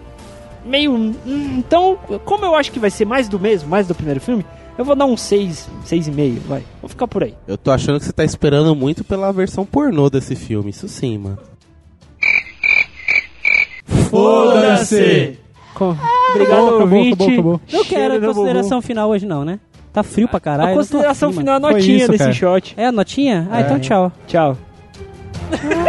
[SPEAKER 1] meio. hum, Então, como eu acho que vai ser mais do mesmo, mais do primeiro filme, eu vou dar um 6, 6,5, vai. Vou ficar por aí.
[SPEAKER 5] Eu tô achando que você tá esperando muito pela versão pornô desse filme. Isso sim, mano.
[SPEAKER 2] Foda-se!
[SPEAKER 1] Com- Obrigado,
[SPEAKER 2] acabou,
[SPEAKER 1] ouvinte.
[SPEAKER 2] acabou, acabou.
[SPEAKER 3] Não quero
[SPEAKER 1] Cheiro
[SPEAKER 3] a
[SPEAKER 1] no
[SPEAKER 3] consideração final hoje, não, né? Tá frio pra
[SPEAKER 1] bumbum.
[SPEAKER 3] caralho.
[SPEAKER 1] né, A
[SPEAKER 3] eu não tô
[SPEAKER 1] consideração
[SPEAKER 3] afim, mano.
[SPEAKER 1] final, a
[SPEAKER 2] Foi
[SPEAKER 1] notinha
[SPEAKER 2] isso,
[SPEAKER 1] desse
[SPEAKER 2] cara.
[SPEAKER 1] shot.
[SPEAKER 3] É a notinha? Ah, então tchau.
[SPEAKER 1] Tchau.
[SPEAKER 2] Tchau.